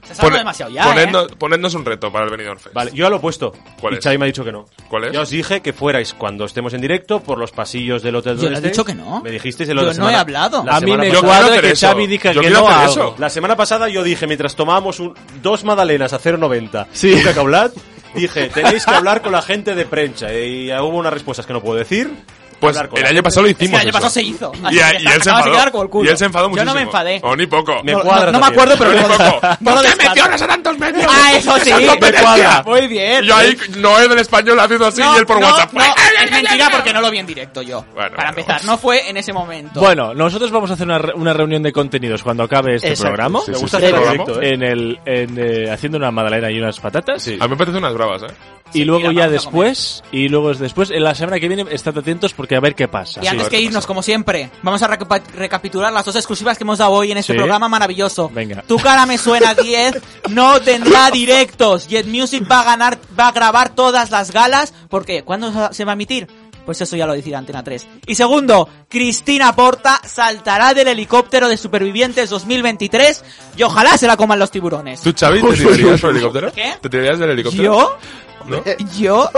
S4: Se sabe
S6: Pone-
S4: demasiado ya,
S6: ponednos,
S4: ¿eh?
S6: ponednos un reto para el Benidorm Fest.
S5: Vale, yo ya lo he puesto.
S6: ¿Cuál
S5: y
S6: es?
S5: Xavi me ha dicho que no.
S6: ¿Cuál es?
S5: Ya os dije que fuerais cuando estemos en directo por los pasillos del hotel
S4: Yo
S5: donde
S4: le he
S5: estéis.
S4: dicho que no.
S5: Me dijisteis el
S4: Yo
S5: otro
S4: no he hablado.
S2: A mí me
S6: Yo quiero
S2: cuadra
S6: hacer
S2: que
S6: eso.
S2: Xavi diga
S6: Yo
S2: que
S6: quiero
S2: no
S6: hacer
S2: a
S6: eso.
S2: algo.
S5: La semana pasada yo dije, mientras tomábamos un- dos magdalenas a 0,90
S2: Sí.
S5: y un cacaulat, dije, tenéis que hablar con la gente de prensa. Y hubo unas respuestas que no puedo decir.
S6: Pues
S5: Hablar con
S6: el
S5: la
S6: año pasado lo
S4: Es que
S6: hicimos.
S4: el año
S6: eso.
S4: pasado se hizo. Así
S6: Y, a-
S4: que
S6: y
S4: ya está,
S6: él se
S4: acabas de
S6: enfadó.
S4: quedar como el culo.
S6: Y él se enfadó muchísimo.
S4: Yo no me enfadé.
S6: O ni poco.
S5: Me
S4: No,
S5: cuadra
S4: no- no me
S5: también.
S4: acuerdo, pero
S6: Yo
S4: me No
S6: ni poco.
S4: lo
S6: ¿Por qué
S4: descarto.
S6: mencionas a tantos medios?
S4: Ah, eso sí,
S6: Esa
S4: me
S6: competencia.
S4: cuadra. Muy bien.
S6: Yo ahí, Noé del español haciendo así y él por
S4: no,
S6: WhatsApp.
S4: no, es mentira porque no lo vi en directo yo.
S6: Bueno,
S4: Para
S6: bueno,
S4: empezar,
S6: vamos.
S4: no fue en ese momento.
S2: Bueno, nosotros vamos a hacer una, re- una reunión de contenidos cuando acabe este
S3: Exacto.
S2: programa.
S6: Sí,
S5: Me
S6: sí,
S5: gusta
S3: sí,
S5: hacer
S3: sí.
S5: directo, ¿eh?
S2: En el, en, eh, haciendo una magdalena y unas patatas.
S5: Sí.
S6: A mí me parecen unas bravas, eh.
S2: Y luego
S4: mira,
S2: ya
S4: vamos a comer.
S2: después, y luego es después, en la semana que viene, estad atentos porque a ver qué pasa.
S4: y antes
S6: a ver
S4: que
S6: qué
S4: irnos,
S6: pasa.
S4: como siempre, vamos a reca- recapitular las dos exclusivas que hemos dado hoy en este
S2: Sí.
S4: programa maravilloso.
S2: Venga.
S4: Tu cara me suena 10, no tendrá directos. Jet Music va a ganar, va a grabar todas las galas. porque ¿Cuándo se va a emitir? Pues eso ya lo decía Antena 3. Y segundo, Cristina Porta saltará del helicóptero de Supervivientes 2023 y ojalá se la coman los tiburones.
S6: ¿Tú, Xavi, te tirarías por el helicóptero?
S4: ¿Qué?
S6: ¿Te tirarías del helicóptero?
S4: ¿Yo?
S6: ¿No?
S4: ¿Yo?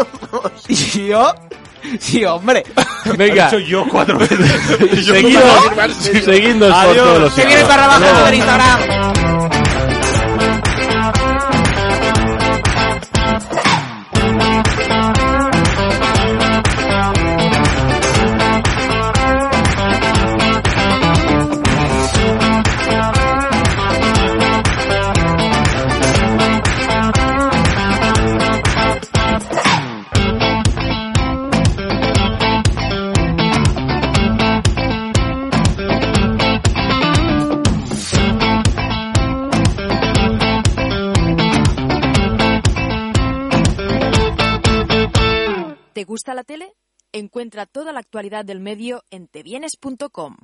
S4: ¿Yo? Sí, hombre.
S2: Venga,
S5: He dicho yo cuatro veces.
S2: seguidnos, seguidnos por
S5: Adiós.
S2: todos los
S4: Se viene
S2: lados.
S4: para
S2: Hasta
S4: abajo
S2: luego.
S4: del Instagram.
S1: ¿Te gusta la tele? Encuentra toda la actualidad del medio en tevienes.com.